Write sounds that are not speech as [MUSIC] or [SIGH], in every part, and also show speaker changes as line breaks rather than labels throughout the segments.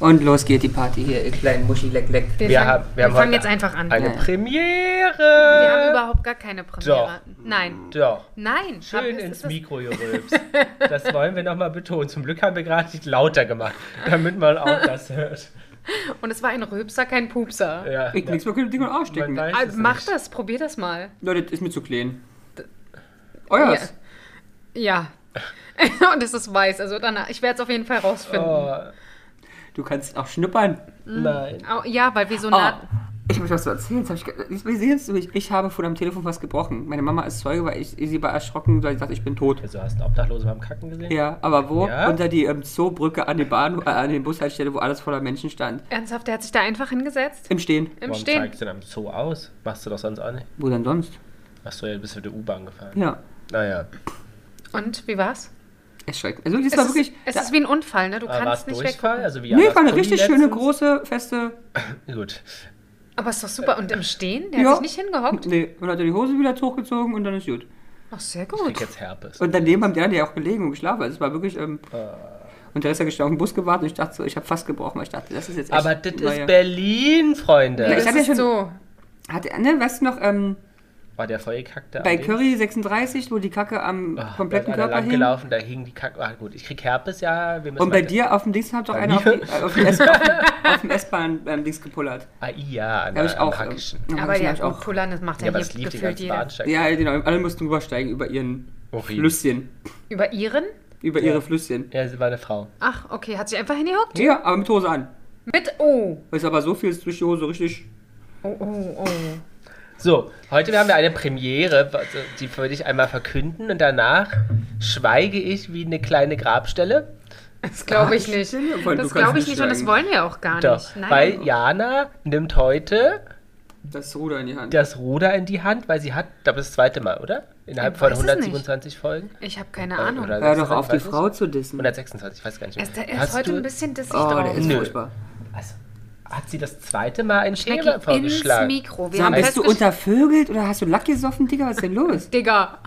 Und los geht die Party hier, ihr kleinen Muschi leck leck.
Wir,
Wir
fangen,
haben- wir
wir
haben
fangen
heute
jetzt einfach an.
Eine
Ja.
Wir haben
Premiere!
überhaupt gar keine Premiere. Nein.
Doch.
Nein. aber
Schön
es
ins
ist das-
Mikro gerülpst. Das wollen wir nochmal betonen. Zum Glück haben wir gerade nicht lauter gemacht, damit man auch das hört.
Und es war ein Röpser, kein Pupser.
Ja,
Ich nix, wir können die Dinger
man
ausstecken.
Äh, weiß
Ah,
es
mach
nicht.
das, probier das mal.
Leute, das ist mir zu klein. Euers.
Ja. [LAUGHS] Und es ist weiß, also danach. Ich werde es auf jeden Fall rausfinden.
Oh,
Du kannst auch schnuppern.
nein.
Au- ja, weil wir so
Ah,
nah.
ich muss was zu erzählen. Das hab ich, ge- ich, ich, seh's durch. ich habe vorhin am Telefon was gebrochen. Meine Mama ist Zeuge, weil ich sie war erschrocken, weil ich dachte, ich bin tot.
Wieso hast du Obdachlose beim Kacken gesehen?
Ja, aber wo?
Ja?
Unter die ähm, Zoobrücke an den Bahn, äh, an den Bushaltestelle, wo alles voller Menschen stand.
Ernsthaft, der hat sich da einfach hingesetzt?
Im Stehen.
Im
Warum
Stehen.
zeigst du denn am Zoo aus? Machst du doch sonst auch nicht.
Wo denn sonst?
Achso, ja, du bist mit der U-Bahn gefahren.
Ja.
Naja,
Und wie war's?
Erschreckend. Also, das
Es,
war
ist,
wirklich.
es
da-
ist wie ein Unfall, ne? Du
aber war es
kannst nicht weg.
Durchfall? Also wie
nee,
Annas
war eine
Pulli
richtig schöne,
letztens?
große, feste.
Gut.
Aber ist doch super. Und im Stehen? Der
Ja.
hat sich nicht hingehockt?
Nee, und hat er die Hose wieder hochgezogen und dann ist gut.
Ach, sehr
Ich krieg
gut.
jetzt Herpes.
Und daneben haben die anderen ja auch gelegen und geschlafen. Also, es war wirklich. Ähm,
Ah.
Und da ist er gestanden, auf den Bus gewartet und ich dachte so, ich habe fast gebrochen, weil ich dachte, das ist jetzt echt.
aber das ist
neue-
Berlin, Freunde.
Ja, ich
Das
hab ja
ist
schon-
so.
Hat, ne, weißt du noch, ähm,
War der vollgekackte
bei
Adi?
Curry 36, wo die Kacke am
Ah,
kompletten
da ist einer
Körper
lang
hing?
gelaufen, da hing die Kacke. Ach gut, ich krieg Herpes, ja. Wir müssen
Und bei
weiter-
dir auf dem Dings hat doch
Bei
einer auf,
mir?
die, äh, auf, dem S- auf dem- [LAUGHS] auf dem S-Bahn-Dings gepullert.
Ah, ja, an
Da habe ich
der- am
auch.
Hackischen.
ähm,
Aber
hab ich
ja,
auch.
gut, Pullern, das macht
Ja,
ja,
aber
ja
es
hier
lief die
gefühlt
ganze
jeder.
Bahnsteig.
Ja, genau. Alle mussten rübersteigen über ihren
Urin.
Flüsschen.
Über ihren?
Über
Ja.
ihre Flüsschen.
Ja, sie war eine Frau.
Ach, okay, hat sich einfach hingehockt?
Ja, aber mit Hose an.
Mit Oh.
Ist aber so viel ist durch die Hose richtig.
Oh, oh, oh.
So, heute haben wir eine Premiere, äh, die würde ich einmal verkünden und danach schweige ich wie eine kleine Grabstelle.
Das glaube ich
Ah,
nicht.
stimmt, weil du
Das
kannst
glaube ich
nicht
nicht und das
sagen.
wollen wir auch gar
Doch,
nicht. Nein.
weil Jana nimmt heute
Das Ruder in die Hand.
das Ruder in die Hand, weil sie hat, ich glaube das zweite Mal, oder? Innerhalb
Ich
von
weiß es
127 Folgen.
Ich habe keine
Oder-
Ahnung.
Oh, oder
Hör doch
26,
auf, die
weiß ich.
Frau zu dissen.
126, ich weiß gar nicht.
Er
mehr.
ist, er ist
Hast
heute
du-
ein bisschen dissig
Oh,
drauf.
der ist
Nö.
furchtbar.
Also, hat sie das zweite Mal ein
Schnecki,
Thema
ins
vorgeschlagen?
Mikro. Wir
Sag
haben
mal, bist du
festgest-
untervögelt oder hast du Lack gesoffen, Digga? Was ist denn [LAUGHS] los?
Digga.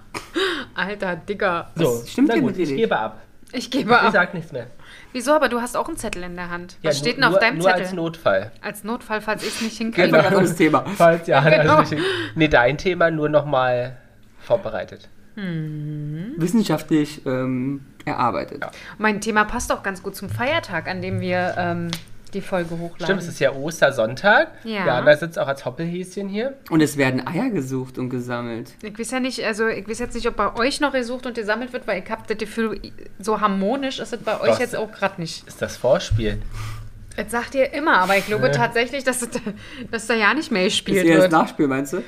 [LAUGHS] Alter, Digga.
So,
Das stimmt
na
ja
gut,
mit dir
ich
nicht.
gebe ab.
Ich gebe
Ich
ab.
sag nichts mehr.
Wieso, aber du hast auch einen Zettel in der Hand. Was
Ja,
steht denn
nur,
auf deinem
nur
Zettel?
als Genau. Notfall.
Als Notfall, falls ich es nicht hinkriege.
Gehen wir gerade ums Thema.
Falls
[LAUGHS]
ja,
Genau.
also nicht- Nee, dein Thema nur nochmal vorbereitet.
Mhm. Wissenschaftlich ähm, erarbeitet.
Ja.
Mein Thema passt auch ganz gut zum Feiertag, an dem wir ähm, die Folge hochladen.
Stimmt, es ist ja Ostersonntag.
Ja.
Jana sitzt auch als Hoppelhäschen hier.
Und es werden Eier gesucht und gesammelt.
Ich weiß ja nicht, also ich weiß jetzt nicht, ob bei euch noch gesucht und gesammelt wird, weil ich habe das Gefühl, so harmonisch ist es bei euch
Doch.
jetzt auch gerade nicht.
Ist das Vorspiel?
Das sagt ihr immer, aber ich glaube tatsächlich, dass, es, dass da ja nicht mehr
Ist
gespielt
eher das
wird.
Nachspiel, meinst du?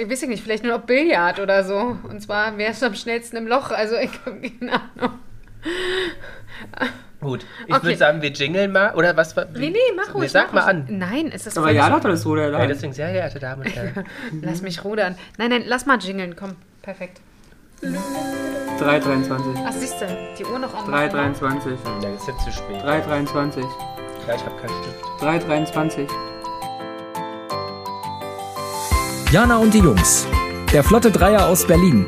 Ich weiß nicht, vielleicht nur noch Billard oder so. Und zwar, wer ist am schnellsten im Loch? Also ich habe keine Ahnung.
Gut, ich
Okay.
würde sagen, wir jingeln mal. Oder was? wa-
Nee, nee, mach ruhig.
sag
mach
mal
ruhig.
an.
Nein, es ist
Aber
voll-
ja, doch, das Ruder in der
Ja,
Hand.
deswegen, sehr geehrte Damen und
[LAUGHS]
Herren.
Lass mich rudern. Nein, nein, lass mal jingeln, komm. Perfekt.
3,23.
Ach, siehst du, die Uhr noch an.
3,23.
Ja, das ist jetzt zu spät.
3,23.
Ja, ich habe keinen Stift.
3,23.
Jana und die Jungs. Der Flotte Dreier aus Berlin.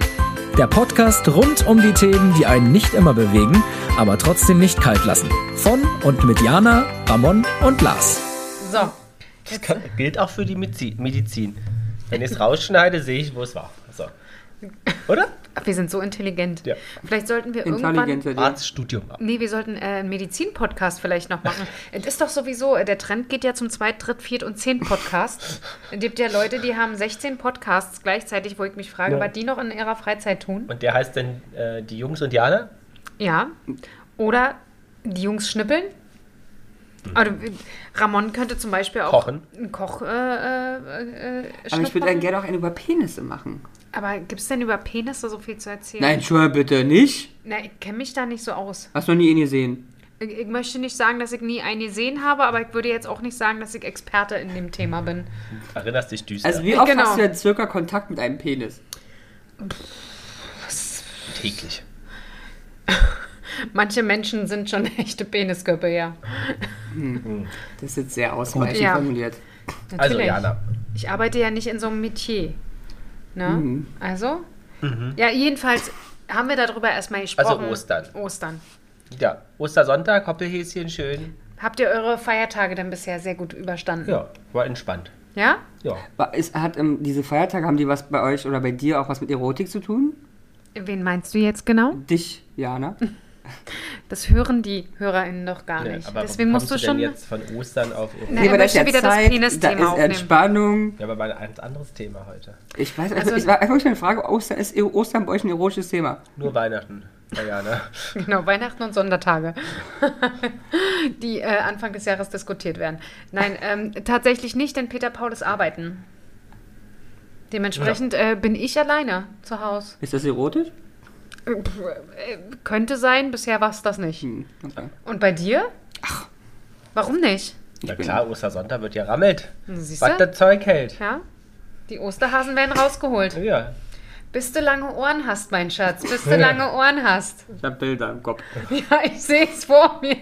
Der Podcast rund um die Themen, die einen nicht immer bewegen, aber trotzdem nicht kalt lassen. Von und mit Jana, Ramon und Lars.
So.
Das kann, gilt auch für die Mizi- Medizin. Wenn ich es rausschneide, sehe ich, wo es war.
[LAUGHS]
So. Oder?
Ach, Wir sind so intelligent.
Ja.
Vielleicht sollten wir irgendwann
Intelligente Idee.
Arztstudium. ab.
Nee, wir sollten äh, einen Medizin-Podcast vielleicht
[LAUGHS]
noch machen. es ist doch sowieso, äh, der Trend geht ja zum Zweit-, Dritt-, Viert- und Zehn-Podcast. Es gibt ja Leute, die haben 16 Podcasts gleichzeitig, wo ich mich frage,
Ja.
was die noch in ihrer Freizeit tun.
Und der heißt dann äh, die Jungs und Jana?
Ja. Oder die Jungs schnippeln.
Hm.
Also, äh, Ramon könnte zum Beispiel auch
Kochen.
einen Koch äh, äh, äh,
Aber ich würde
schnippeln.
dann gerne auch einen über Penisse machen.
Aber gibt es denn über Penisse so viel zu erzählen?
Nein, schon bitte nicht.
Na, ich kenne mich da nicht so aus.
Hast du noch nie ihn gesehen?
Ich, ich möchte nicht sagen, dass ich nie einen gesehen habe, aber ich würde jetzt auch nicht sagen, dass ich Experte in dem Thema bin.
Erinnerst dich düster.
Also wie oft
Genau.
hast du denn circa Kontakt mit einem Penis?
täglich.
Manche Menschen sind schon [LAUGHS] echte Peniskörper, ja.
Das ist jetzt sehr ausweichend
Ja.
formuliert.
Natürlich.
Also Jana.
Ich arbeite ja nicht in so einem Metier. Ne?
Mhm.
Also? Ja, jedenfalls haben wir darüber erstmal gesprochen.
Also Ostern.
Ostern.
Ja, Ostersonntag, Hoppelhäschen, schön.
Habt ihr eure Feiertage dann bisher sehr gut überstanden?
Ja, war entspannt.
Ja?
Ja.
War- Ist, hat ähm, diese Feiertage, haben die was bei euch oder bei dir auch was mit Erotik zu tun?
Wen meinst du jetzt genau?
Dich, Jana?
Das hören die HörerInnen doch gar
Nee,
nicht.
aber
Deswegen
warum
musst du
kommst
schon.
denn jetzt von Ostern auf.
Na,
Nee,
er
aber das ist
möchte
ja
wieder das
Zeit, da
Penis-Thema
ist
aufnehmen.
Entspannung.
Ja, aber war ein ganz anderes Thema heute.
Ich weiß,
Also-
also, ich war einfach schon eine Frage, Ostern ist E-, Ostern bei euch ein erotisches Thema.
Nur Weihnachten. Ja, [LAUGHS] ne?
Genau, Weihnachten und Sondertage, [LAUGHS] die äh, Anfang des Jahres diskutiert werden. Nein, ähm, tatsächlich nicht, denn Peter Paul ist arbeiten. Dementsprechend äh, bin ich alleine zu Hause.
Ist das erotisch?
Äh, pf, äh, könnte sein, bisher war es das nicht.
Hm, okay.
Und bei dir? Ach. Warum nicht?
Na klar, Ostersonntag wird ja rammelt.
Siehst
Was
du?
das Zeug hält.
Ja? Die Osterhasen werden rausgeholt.
Ja.
Bis du lange Ohren hast, mein Schatz. Bis du lange Ohren hast.
Ich hab Bilder im Kopf.
Ja, ich sehe es vor mir.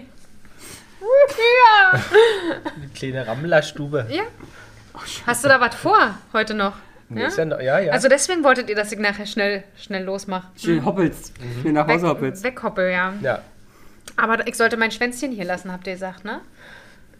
Ja.
Eine kleine Rammlerstube.
Ja. Hast du da was vor heute noch?
Nee,
Ja?
ist ja, noch- ja, ja.
Also deswegen wolltet ihr, dass ich nachher schnell, schnell losmache.
Schön hoppelst. Schön nach
Mhm. Weg,
Hause hoppelst.
weghoppel, ja.
ja.
Aber ich sollte mein Schwänzchen hier lassen, habt ihr gesagt, ne?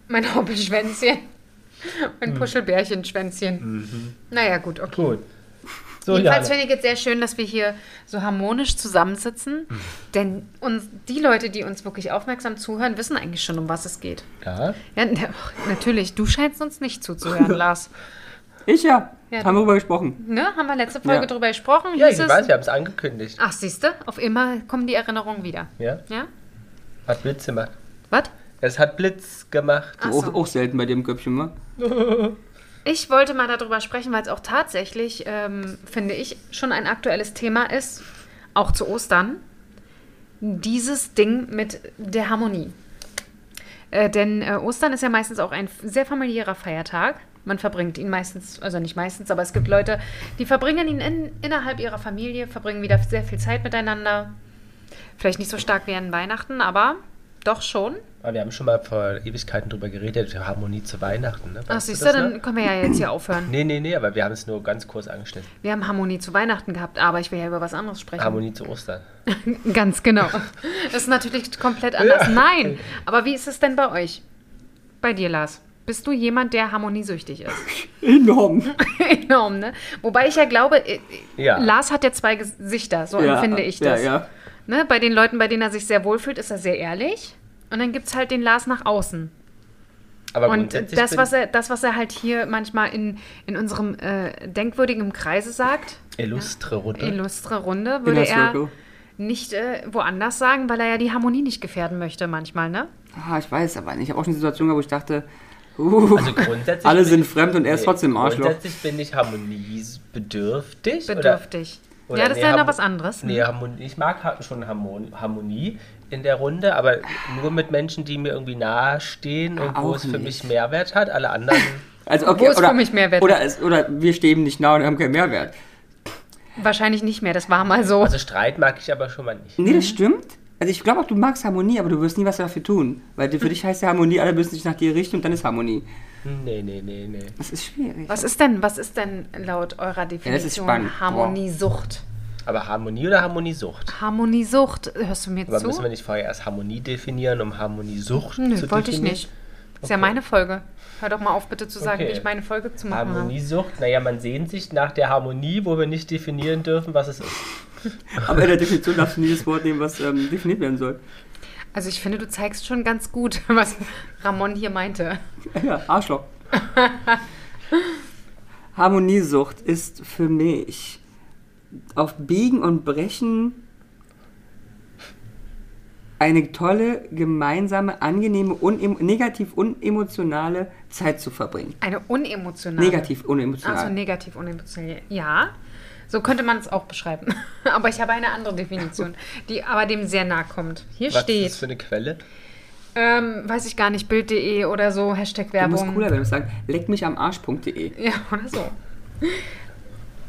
Mein [LAUGHS] Hoppelschwänzchen.
Hm.
Mein Puschelbärchenschwänzchen. Naja, gut, okay.
Gut. Mhm. So,
Jedenfalls
Jana.
finde ich es sehr schön, dass wir hier so harmonisch zusammensitzen.
Hm.
Denn uns, die Leute, die uns wirklich aufmerksam zuhören, wissen eigentlich schon, um was es geht.
Ja.
Ja, n- natürlich, du scheinst uns nicht
[LAUGHS]
zuzuhören, Lars.
Ich ja.
Ja,
Haben wir darüber gesprochen.
Ne? Haben wir letzte Folge
Ja.
drüber gesprochen?
ja,
hieß
ich
es- Ah.
weiß, wir haben es angekündigt.
Ach, siehst du, auf immer kommen die Erinnerungen wieder.
Ja.
Ja?
Hat Blitz gemacht.
Was?
Es hat Blitz gemacht.
Ach
Du
so.
Auch, auch selten bei dir im Köpfchen, ne? wa?
Oh. Ich wollte mal darüber sprechen, weil es auch tatsächlich, ähm, finde ich, schon ein aktuelles Thema ist, auch zu Ostern. Dieses Ding mit der Harmonie. Äh, denn äh, Ostern ist ja meistens auch ein sehr familiärer Feiertag. Man verbringt ihn meistens, also nicht meistens, aber es gibt Leute, die verbringen ihn in, innerhalb ihrer Familie, verbringen wieder sehr viel Zeit miteinander. Vielleicht nicht so stark wie an Weihnachten, aber doch schon.
Aber Ah, wir haben schon mal vor Ewigkeiten drüber geredet, Harmonie zu Weihnachten. Ne?
Ach,
Weißt
siehst du,
das
dann
noch?
können wir ja jetzt hier aufhören.
Nee, nee, nee, aber wir haben es nur ganz kurz angeschnitten.
Wir haben Harmonie zu Weihnachten gehabt, aber ich will ja über was anderes sprechen.
Harmonie zu Ostern.
[LAUGHS] Ganz
[LAUGHS]
genau. Das ist natürlich komplett anders.
Ja.
Nein, aber wie ist es denn bei euch? Bei dir, Lars. Bist du jemand, der harmoniesüchtig ist? [LAUGHS]
Enorm.
Enorm, ne? Wobei ich ja glaube, äh,
Ja.
Lars hat ja zwei Gesichter, so
Ja,
empfinde ich das.
Ja, ja.
Ne? Bei den Leuten, bei denen er sich sehr wohlfühlt, ist er sehr ehrlich. Und dann gibt es halt den Lars nach außen.
Aber
Und
grundsätzlich
das
bin-
was, er, das, was er halt hier manchmal in, in unserem äh, denkwürdigen Kreise sagt,
Illustre Runde.
illustre Runde, würde
Inner
er
Circle.
nicht äh, woanders sagen, weil er ja die Harmonie nicht gefährden möchte manchmal, ne?
Ah, ich weiß aber nicht. Ich habe auch schon Situationen, wo ich dachte, uh,
also grundsätzlich
alle
bin
sind
ich-
fremd und er ist
nee,
trotzdem ein Arschloch.
Grundsätzlich bin ich harmoniebedürftig.
Bedürftig.
Oder, oder
ja, das
nee,
ist ja noch
Harmo-
was anderes. ne?
Nee, Harmonie, ich mag ha- schon Harmon Harmonie in der Runde, aber nur mit Menschen, die mir irgendwie nahe stehen und wo
Auch
es für
nicht.
mich Mehrwert hat. Alle anderen.
Also, okay,
Wo ist
oder,
für mich Mehrwert?
Oder, es, oder wir stehen nicht nah und haben keinen Mehrwert.
Wahrscheinlich nicht mehr, das war mal so.
Also Streit mag ich aber schon mal nicht.
Nee,
Mhm.
das stimmt. Also ich glaube auch, du magst Harmonie, aber du wirst nie was dafür tun. Weil
Hm.
für dich heißt ja Harmonie, alle müssen sich nach dir richten und dann ist Harmonie.
Nee, nee, nee, nee.
Das ist schwierig.
was ist denn, was ist denn laut eurer Definition
spannend.
Harmoniesucht?
Aber Harmonie oder Harmoniesucht?
Harmoniesucht, hörst du mir
Aber
zu? Hm,
müssen wir nicht vorher erst Harmonie definieren, um Harmoniesucht zu
Nö,
definieren?
wollte ich nicht. Ist ja
Okay.
meine Folge. Hör doch mal auf, bitte zu sagen,
Okay.
wie ich meine Folge zu machen habe.
Harmoniesucht, naja, man sehnt sich nach der Harmonie, wo wir nicht definieren dürfen, was es ist.
Aber in der Definition darfst du nie das Wort nehmen, was ähm, definiert werden soll.
Also ich finde, du zeigst schon ganz gut, [LAUGHS] was Ramon hier meinte.
Ja, Arschloch. Harmoniesucht ist für mich auf Biegen und Brechen eine tolle, gemeinsame, angenehme, unem negativ unemotionale Zeit zu verbringen.
Eine unemotionale.
Negativ unemotional.
Achso, negativ unemotional. Ja, so könnte man es auch beschreiben. [LAUGHS] aber ich habe eine andere Definition, die aber dem sehr nahe kommt. Hier
Was ist das
steht,
für eine Quelle?
ähm, weiß ich gar nicht, bild.de oder so, Hashtag
du musst
Werbung.
cooler werden, du musst sagen, leck mich am Arsch.de.
ja, oder so.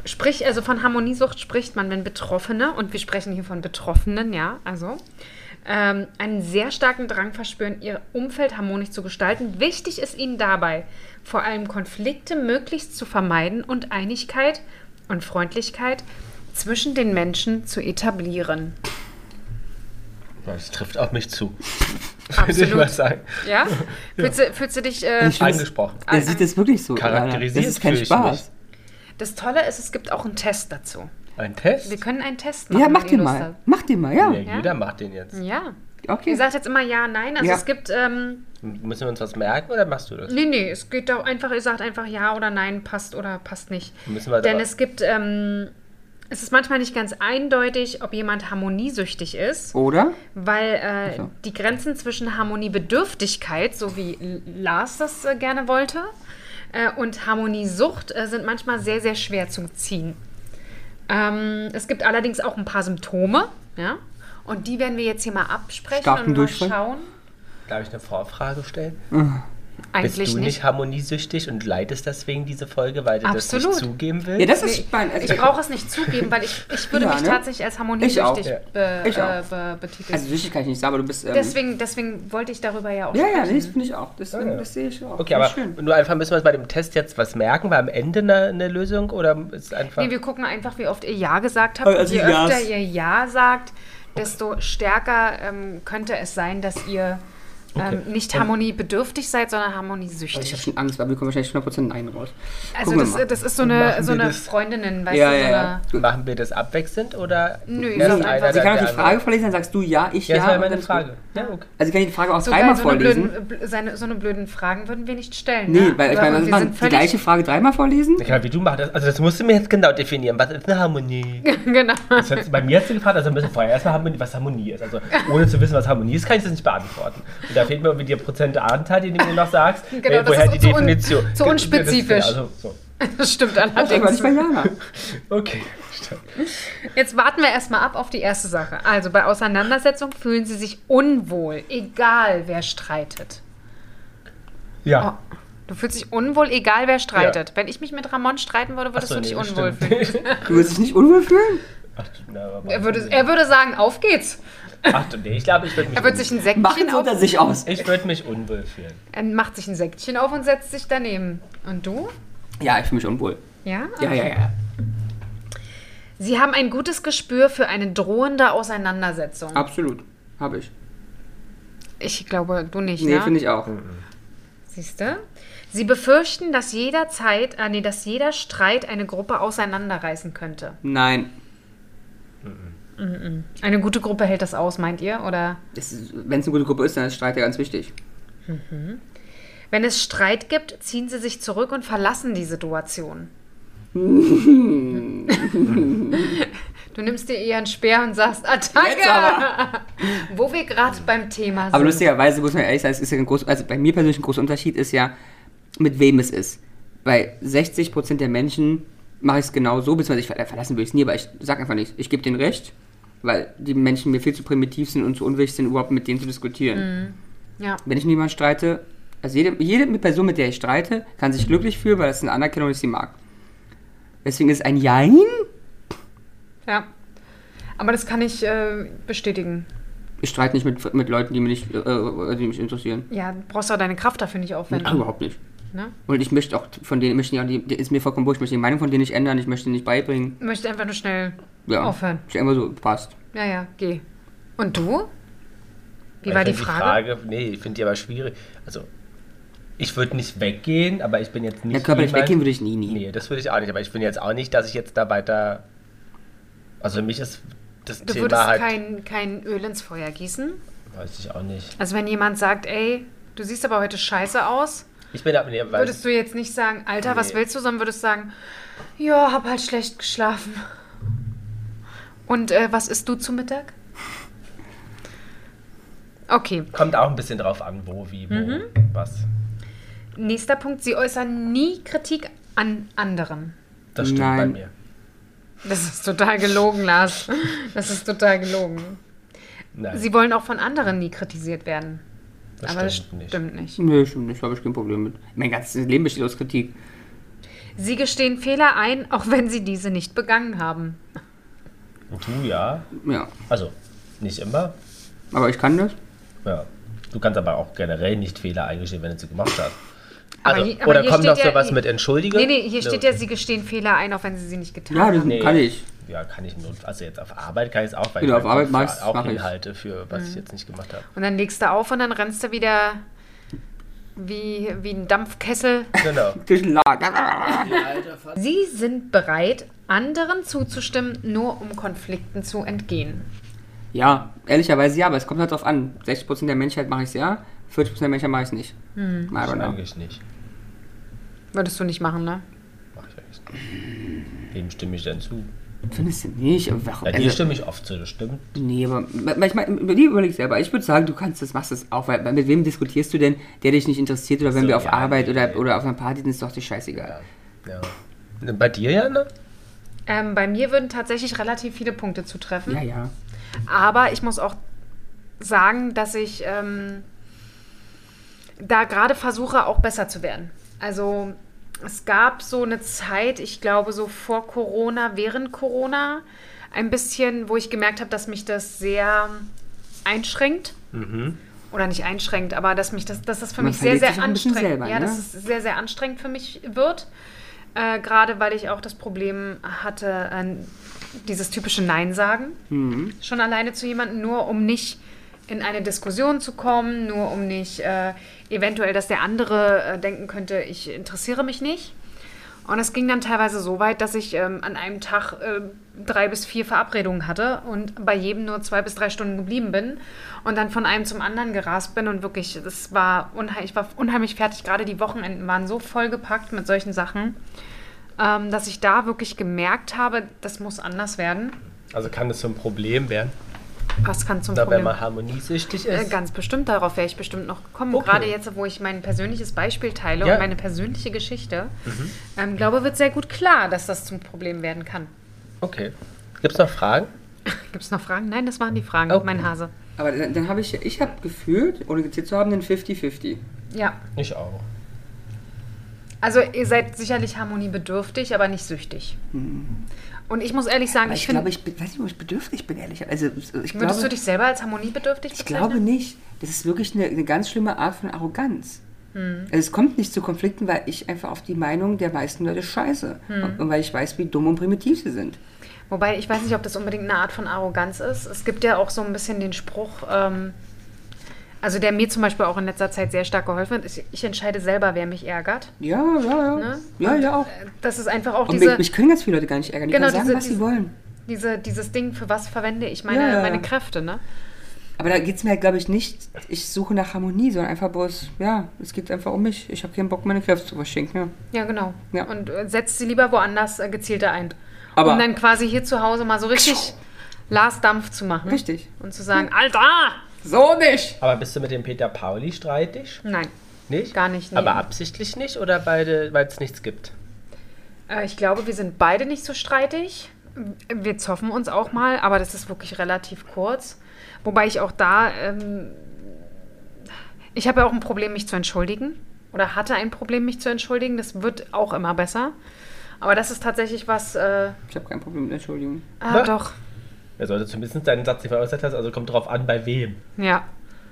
Sprich, also von Harmoniesucht spricht man, wenn Betroffene, und wir sprechen hier von Betroffenen, ja, also, ähm, einen sehr starken Drang verspüren, ihr Umfeld harmonisch zu gestalten. Wichtig ist ihnen dabei, vor allem Konflikte möglichst zu vermeiden und Einigkeit
[LAUGHS]
und Freundlichkeit zwischen den Menschen zu etablieren.
Das trifft auf mich zu. [LAUGHS] Würde ich
Absolut.
mal sagen.
Ja? Fühlst, du, fühlst du dich. Äh,
Ich-
Angesprochen.
Er sieht es wirklich so.
Charakterisiert
Jana. Das ist kein
fühle ich
Spaß.
das Tolle ist, es gibt auch einen Test dazu.
Ein Test?
Wir können einen Test machen.
Ja, mach
wenn
den
ihr Lust
mal. Mach den mal, ja.
Ja, jeder macht den jetzt.
habt. Ja. Ihr
Okay.
sagt jetzt immer ja, nein. Also
Hm. Ja.
es gibt. Ähm,
Müssen wir uns was merken oder machst du das?
nee, nee, es geht doch einfach, ihr sagt einfach ja oder nein, passt oder passt nicht.
Müssen wir
Denn
da-
es gibt. Ähm, es ist manchmal nicht ganz eindeutig, ob jemand harmoniesüchtig ist.
Oder?
Weil äh,
so.
die Grenzen zwischen Harmoniebedürftigkeit, so wie L- Lars das äh, gerne wollte, äh, und Harmoniesucht äh, sind manchmal sehr, sehr schwer zu ziehen. Ähm, es gibt allerdings auch ein paar Symptome, ja, und die werden wir jetzt hier mal absprechen
Starken
und mal
Durchfall?
schauen.
Darf ich eine Vorfrage stellen? Bist du
Eigentlich
nicht,
nicht.
harmoniesüchtig und leidest deswegen diese Folge, weil du das
Absolut.
nicht zugeben willst?
Ja, das ist
Nee,
spannend. Also,
ich brauche es nicht zugeben, weil ich, ich würde
Ja,
mich
ne?
tatsächlich als
Ich
harmoniesüchtig
auch.
be,
Ich auch.
äh, be, betiteln.
also süchtig kann ich nicht sagen, aber du bist. Ähm,
deswegen, deswegen wollte ich darüber ja auch
ja, ja,
sprechen.
nee, das finde ich auch. Das,
Ja, ja.
das sehe ich auch.
Okay,
Finde
aber
ich schön.
nur einfach müssen wir uns bei dem Test jetzt was merken, weil am Ende eine, eine Lösung oder ist einfach.
Nee, wir gucken einfach, wie oft ihr Ja gesagt habt.
Also
Je
Ja's.
öfter ihr Ja sagt, desto stärker ähm, könnte es sein, dass ihr ähm, nicht harmoniebedürftig seid, sondern
Also Ich habe
harmoniesüchtig.
schon Angst, weil wir kommen wahrscheinlich 100% Nein raus.
Also
Gucken wir
das,
mal.
das ist so
Machen
eine, so
wir
eine
das.
Freundinnen, weißt
Ja,
du, so
ja, ja.
eine...
Machen wir das abwechselnd oder?
Nö, ihr
erst
sagt
Sie,
einfach-
sie kann auch
dann der
die
andere?
Frage vorlesen, dann sagst du ja, ich ja.
Ja, das war
und
meine
dann ist
Frage.
gut.
Ja, okay.
Also kann ich die Frage auch
So,
dreimal
geil, so, eine
vorlesen.
blöden, bl- seine, so eine blöden Fragen würden wir nicht stellen.
Nee,
ne?
weil ich
Aber
meine, was
wir
machen?
sind
Die gleiche Frage dreimal vorlesen?
Ich meine, wie du machst das. Also das musst du mir jetzt genau definieren. Was ist eine Harmonie?
[LAUGHS] genau.
Das hat, bei mir hat sie gefragt, also müssen wir vorher erstmal haben, was Harmonie ist. Also ohne zu wissen, was Harmonie ist, kann ich das nicht beantworten. Und da fehlt mir irgendwie der Prozentanteil, den du mir noch sagst.
[LAUGHS] Genau, das
woher
ist
die
zu un-
Definition.
zu unspezifisch.
Also, so.
[LAUGHS] Das stimmt
Das ist aber nicht
allerdings.
bei Jana.
Okay.
Jetzt warten wir erstmal ab auf die erste Sache. Also bei Auseinandersetzung fühlen sie sich unwohl, egal wer streitet.
Ah.
Oh,
Ja.
du fühlst dich unwohl, egal wer streitet. Wenn ich mich mit Ramon streiten würde, würdest
Achso,
du dich
nee,
unwohl
stimmt.
fühlen.
Du wirst dich nicht unwohl fühlen?
[LAUGHS] Ach, du- na, aber-
Er würde, er würde sagen, auf geht's.
Ach du, nee, ich glaube, ich würde mich,
Er wird sich ein
Machen
Säckchen
sie
auf,
unter sich aus.
un- ich würd mich unwohl fühlen.
er macht sich ein Säckchen auf und setzt sich daneben. Und du?
Ja, ich fühle mich unwohl.
Ja?
Ja, ja, ja.
Sie haben ein gutes Gespür für eine drohende Auseinandersetzung.
Absolut. Habe ich.
Ich glaube, du nicht,
Nee,
ne?
finde ich auch.
Siehst du? Sie befürchten, dass jederzeit, äh, nee, dass jeder Streit eine Gruppe auseinanderreißen könnte.
Nein.
Eine gute Gruppe hält das aus, meint ihr? Oder
Wenn es eine gute Gruppe ist, dann ist Streit ja ganz wichtig.
wenn es Streit gibt, ziehen sie sich zurück und verlassen die
[LAUGHS]
Situation. du nimmst dir eher einen Speer und sagst,
Jetzt
Attacke! [LAUGHS] Wo wir gerade beim Thema sind.
Aber lustigerweise muss man ehrlich sein, es ist ja ein großer, also bei mir persönlich ein großer Unterschied ist ja, mit wem es ist. Bei 60% der Menschen mache ich es genau so, beziehungsweise ich ver- verlassen will ich es nie, aber ich sage einfach nichts. Ich gebe denen recht, weil die Menschen mir viel zu primitiv sind und zu unwichtig sind, überhaupt mit denen zu diskutieren.
ja.
Wenn ich mit jemandem streite, also jede, jede mit Person, mit der ich streite, kann sich glücklich fühlen, weil das eine Anerkennung ist, die sie mag. Deswegen ist ein Jein,
ja. Aber das kann ich äh, bestätigen.
ich streite nicht mit, mit Leuten, die mich, nicht, äh, die mich interessieren.
Ja, du brauchst auch deine Kraft dafür nicht aufwenden.
Überhaupt nicht.
Ne?
Und ich möchte auch von denen, möchte ja, die, die ist mir vollkommen wurscht, ich möchte die Meinung von denen nicht ändern, ich möchte die nicht beibringen.
Ich möchte einfach nur schnell
Ja.
aufhören.
Ich immer so, passt.
Ja, ja, geh. Und du? Wie
Ich
war die
find
Frage?
Nee, ich finde die aber schwierig. Also, ich würde nicht weggehen, aber ich bin jetzt nicht.
Ja, körperlich
jemand-
weggehen würde ich nie, nie.
Nee, das würde ich auch nicht. Aber ich bin jetzt auch nicht, dass ich jetzt da weiter. Also, für mich ist das
Du
Thema
würdest
halt.
kein, kein Öl ins Feuer gießen.
Weiß ich auch nicht.
Also wenn jemand sagt, ey, du siehst aber heute scheiße aus,
Ich bin ab. Nee, weil-
würdest du jetzt nicht sagen, Alter, was
Nee.
willst du, sondern würdest sagen, ja, hab halt schlecht geschlafen. Und äh, was isst du zu Mittag? Okay,
Kommt auch ein bisschen drauf an, wo, wie, wo,
Mhm.
was.
nächster Punkt. Sie äußern nie Kritik an anderen.
Das stimmt bei
Nein.
mir.
Das ist total gelogen, Lars. Das ist total gelogen.
Nein,
Sie wollen auch von anderen nie kritisiert werden.
das
aber
stimmt
das
nicht.
stimmt nicht.
Nee, stimmt nicht, habe ich kein Problem mit. Mein ganzes Leben besteht aus Kritik.
Sie gestehen Fehler ein, auch wenn sie diese nicht begangen haben.
Und du ja.
Ja.
Also, nicht immer.
Aber ich kann das.
Ja. Du kannst aber auch generell nicht Fehler eingestehen, wenn du sie gemacht hast.
Aber
Also,
hier- aber
oder
hier
kommt
steht
noch
ja-
sowas mit Entschuldigen?
Nee, nee, hier steht ja, sie gestehen Fehler ein, auch wenn sie sie nicht getan
Ja, das
haben.
Nee.
kann ich.
ja, kann ich nur, also jetzt auf Arbeit kann ich es auch, weil
Genau,
ich
auf Arbeit
Kopf
mach's-
auch
mach ich.
Inhalte für was
Mhm.
ich jetzt nicht gemacht habe.
Und dann legst du auf und dann rennst du wieder wie, wie ein Dampfkessel.
Genau.
Tischenlager.
Sie sind bereit, anderen zuzustimmen, nur um Konflikten zu entgehen.
Ja, ehrlicherweise ja, aber es kommt halt drauf an. 60% der Menschheit mache ich es ja, 40% der Menschheit mache ich es nicht. I
Ich
don't know.
eigentlich nicht.
Würdest du nicht machen, ne?
Mach ich eigentlich nicht. Wem stimme ich denn zu?
Findest du nicht? Aber Warum?
Ja, dir
Also,
stimme ich oft zu, das stimmt.
nee, aber manchmal, nee, überleg selber. Ich würde sagen, du kannst das, machst das auch, weil mit wem diskutierst du denn, der dich nicht interessiert oder wenn
So,
wir auf
ja,
Arbeit
nee,
oder,
nee.
oder auf einer Party sind, ist doch dir scheißegal.
Ja. Bei dir, Jana?
Ähm, bei mir würden tatsächlich relativ viele Punkte zutreffen.
Ja, ja.
Aber ich muss auch sagen, dass ich ähm, da gerade versuche, auch besser zu werden. Also es gab so eine Zeit, ich glaube so vor Corona, während Corona, ein bisschen, wo ich gemerkt habe, dass mich das sehr einschränkt. Oder nicht einschränkt, aber dass mich das, dass das für
Man
mich sehr,
verliert
sehr
sich auch ein bisschen
anstrengend
selber,
ja,
ne?
dass es sehr, sehr anstrengend für mich wird. Äh, gerade weil ich auch das Problem hatte, äh, dieses typische Nein sagen schon alleine zu jemandem, nur um nicht in eine Diskussion zu kommen, nur um nicht äh, eventuell, dass der andere äh, denken könnte, ich interessiere mich nicht. Und es ging dann teilweise so weit, dass ich ähm, an einem Tag äh, drei bis vier Verabredungen hatte und bei jedem nur zwei bis drei Stunden geblieben bin und dann von einem zum anderen gerast bin und wirklich, das war unheim, ich war unheimlich fertig. Gerade die Wochenenden waren so vollgepackt mit solchen Sachen, ähm, dass ich da wirklich gemerkt habe, das muss anders werden.
Also kann das so ein Problem werden,
Was kann zum
da wenn
Problem?
man harmoniesüchtig
Äh,
ist.
Ganz bestimmt, darauf wäre ich bestimmt noch gekommen.
Okay.
Gerade jetzt, wo ich mein persönliches Beispiel teile
Ja.
und meine persönliche Geschichte,
Mhm.
ähm, glaube wird sehr gut klar, dass das zum Problem werden kann. [LAUGHS]
Okay. Gibt es noch Fragen?
Gibt es noch Fragen? Nein, das waren die Fragen,
Okay.
mein Hase.
Aber dann, dann habe ich, ich habe gefühlt, ohne gezählt zu haben, einen 50-50.
Ja,
Ich auch.
also ihr seid sicherlich harmoniebedürftig, aber nicht süchtig. Und ich muss ehrlich sagen,
Mhm. Aber
ich,
ich glaube,
finde,
ich bin, weiß nicht, ob ich bedürftig bin, ehrlich. Also, ich
würdest
glaube,
du dich selber als harmoniebedürftig
ich
bezeichnen?
glaube nicht. Das ist wirklich eine, eine ganz schlimme Art von Arroganz.
Hm.
Also es kommt nicht zu Konflikten, weil ich einfach auf die Meinung der meisten Leute scheiße.
Hm.
Und, und weil ich weiß, wie dumm und primitiv sie sind.
Wobei, ich weiß nicht, ob das unbedingt eine Art von Arroganz ist. Es gibt ja auch so ein bisschen den Spruch, ähm, also der mir zum Beispiel auch in letzter Zeit sehr stark geholfen hat, ist, ich entscheide selber, wer mich ärgert.
Ja, ja, ja.
Ne?
Ja, ja, auch.
Das ist einfach auch
Und
diese,
mich, mich können ganz viele Leute gar nicht ärgern. Die
Genau,
können sagen,
diese-
was sie
diese-
wollen.
diese, dieses Ding, für was verwende ich meine,
Ja, ja, ja.
meine Kräfte, ne?
Aber da geht es mir halt, glaube ich, nicht, ich suche nach Harmonie, sondern einfach bloß, ja, es geht einfach um mich. Ich habe keinen Bock, meine Kräfte zu verschenken. Ja.
Ja, genau.
Ja.
Und äh, setzt sie lieber woanders äh, gezielter ein.
Aber-
um dann quasi hier zu Hause mal so richtig Lars Dampf zu machen.
Richtig.
Und zu sagen, Alter!
So nicht!
Aber bist du mit dem Peter Pauli streitig?
Nein.
Nicht?
Gar nicht, nee.
Aber absichtlich nicht oder beide, weil es nichts gibt?
Äh, Ich glaube, wir sind beide nicht so streitig. Wir zoffen uns auch mal, aber das ist wirklich relativ kurz. Wobei ich auch da, ähm, ich habe ja auch ein Problem, mich zu entschuldigen. Oder hatte ein Problem, mich zu entschuldigen. Das wird auch immer besser. Aber das ist tatsächlich was, äh,
Ich habe kein Problem mit Entschuldigung.
ah,
Ja.
doch,
Er sollte zumindest deinen Satz nicht veräußert hast, also kommt drauf an, bei wem.
ja.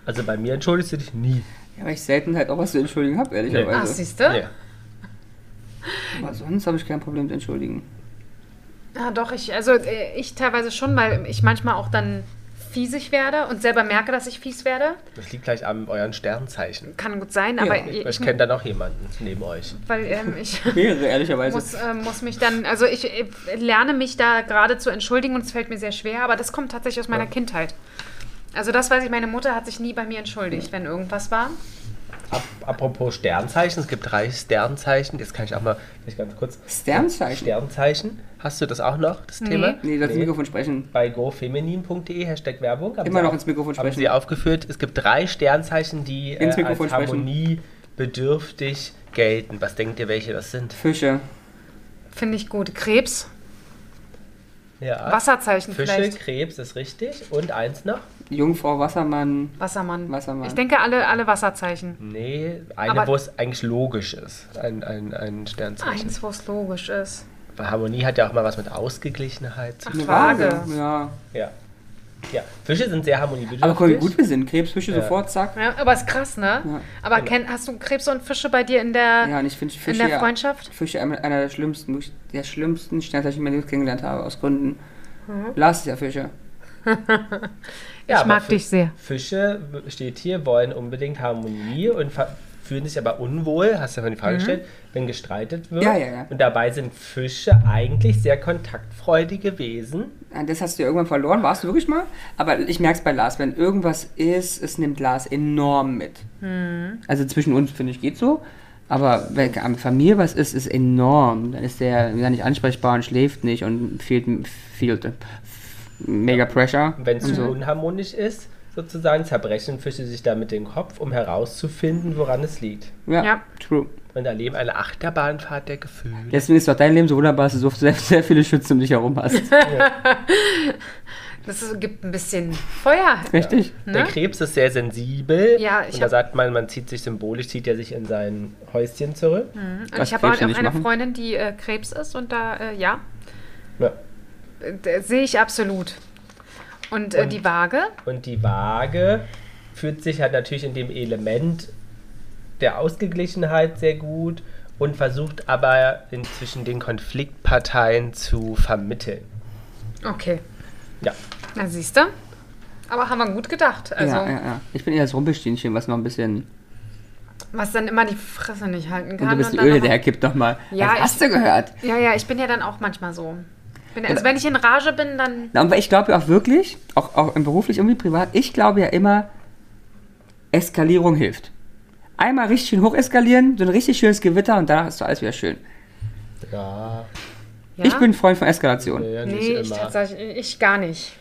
Also bei mir entschuldigst du dich nie.
Ja, weil ich selten halt auch was zu entschuldigen habe, ehrlicherweise.
Ach, Ah, siehst du?
Nee.
Ah,
Aber sonst habe ich kein Problem zu entschuldigen.
Ja, doch, ich, also äh, ich teilweise schon, weil ich manchmal auch dann fiesig werde und selber merke, dass ich fies werde.
Das liegt gleich an euren Sternzeichen.
Kann gut sein, aber
Ja,
ich,
Ich
ich,
kenne da noch jemanden neben euch.
weil ähm, ich
Mehrere, ehrlicherweise.
muss, äh, muss mich dann, also ich äh, lerne mich da gerade zu entschuldigen und es fällt mir sehr schwer, aber das kommt tatsächlich aus meiner Kindheit. Also das weiß ich, meine Mutter hat sich nie bei mir
Hm.
entschuldigt, wenn irgendwas war.
Ap apropos Sternzeichen, es gibt drei Sternzeichen. Jetzt kann ich auch mal, vielleicht ganz kurz.
Sternzeichen.
Sternzeichen, hast du das auch noch, das Thema?
Nee, lass ins Mikrofon sprechen.
Bei gofeminin.de, Hashtag Werbung. haben
Immer
sie
noch
auf-
ins Mikrofon
Haben
sprechen.
sie aufgeführt, es gibt drei Sternzeichen, die äh,
Ins Mikrofon
als
sprechen.
harmoniebedürftig gelten. Was denkt ihr, welche das sind?
Fische.
Finde ich gut. Krebs,
Ja.
Wasserzeichen
Fische,
vielleicht.
Krebs ist richtig. Und eins noch?
Jungfrau, Wassermann.
Wassermann.
Wassermann. Hm.
Ich denke alle, alle Wasserzeichen.
Nee, eine,
Aber-
wo es eigentlich logisch ist. Ein, ein, ein Sternzeichen.
Eins, wo es logisch ist.
Weil Harmonie hat ja auch mal was mit Ausgeglichenheit zu
Ach.
tun.
Waage.
Ja.
Ja. Ja, Fische sind sehr harmoniebedürftig.
Aber guck, mal, wie gut wir sind. Krebsfische
Ja.
sofort, zack.
Ja, aber ist krass, ne?
Ja.
Aber kenn, hast du Krebs und Fische bei dir in der,
Ja, und ich finde Fische.
in der
ja-
Freundschaft?
Fische einer einer der schlimmsten, wirklich der schlimmsten Sternzeichen, die ich kennengelernt habe, aus Gründen.
Mhm.
Lars ist ja Fische.
Ja,
ich
aber
mag
Fi-
dich sehr.
Fische, w- steht hier, wollen unbedingt Harmonie und ver- fühlen sich aber unwohl, hast du ja vorhin die
Mhm.
Frage gestellt, wenn gestreitet wird.
Ja, ja, ja.
Und dabei sind Fische eigentlich sehr kontaktfreudige Wesen.
Ah, Das hast du ja irgendwann verloren, warst du wirklich mal? Aber ich merke es bei Lars, wenn irgendwas ist, es nimmt Lars enorm mit.
Mhm.
Also zwischen uns, finde ich, geht so. Aber wenn an Familie was ist, ist enorm. Dann ist der wieder nicht ansprechbar und schläft nicht und fehlt, fehlt äh, mega Pressure.
Und wenn es
Mhm.
und
zu
so.
unharmonisch ist, sozusagen, zerbrechen Fische sich damit den Kopf, um herauszufinden, woran es liegt.
Ja,
Ja.
true.
Und erleben eine Achterbahnfahrt der Gefühle.
Deswegen ist doch dein Leben so wunderbar, dass du so sehr, sehr viele Schützen um dich herum
[LAUGHS]
hast.
Das ist, gibt ein bisschen Feuer.
Richtig?
Der
Ne?
Krebs ist sehr sensibel.
Ja, ich
und da
hab-
sagt man, man zieht sich symbolisch, zieht er sich in sein Häuschen zurück.
Und
Was
ich habe auch auch
Krebse nicht
eine
machen.
Freundin, die äh, Krebs ist und da, äh, ja,
Ja.
äh, d- sehe ich absolut. Und, äh,
Und-
die Waage,
Und die Waage fühlt sich halt natürlich in dem Element der Ausgeglichenheit sehr gut und versucht aber inzwischen den Konfliktparteien zu vermitteln.
okay,
Ja,
na siehst du. Aber haben wir gut gedacht. Also,
ja, ja, ja. Ich bin eher das Rumpelstilzchen, was noch ein bisschen.
was dann immer die Fresse nicht halten
Und
kann.
du bist die
dann
Öle,
noch-
der kippt nochmal.
Ja,
das hast du gehört.
Ja, ja, ich bin ja dann auch manchmal so. Bin, also, wenn ich in Rage bin, dann.
Na, aber ich glaube ja auch wirklich, auch, auch im beruflich und wie privat, ich glaube ja immer, Eskalierung hilft. Einmal richtig schön hoch eskalieren, so ein richtig schönes Gewitter und danach ist doch alles wieder schön.
ja,
Ja?
Ich bin ein Freund von Eskalation.
ja
Nee, ich tatsächlich, ich gar nicht.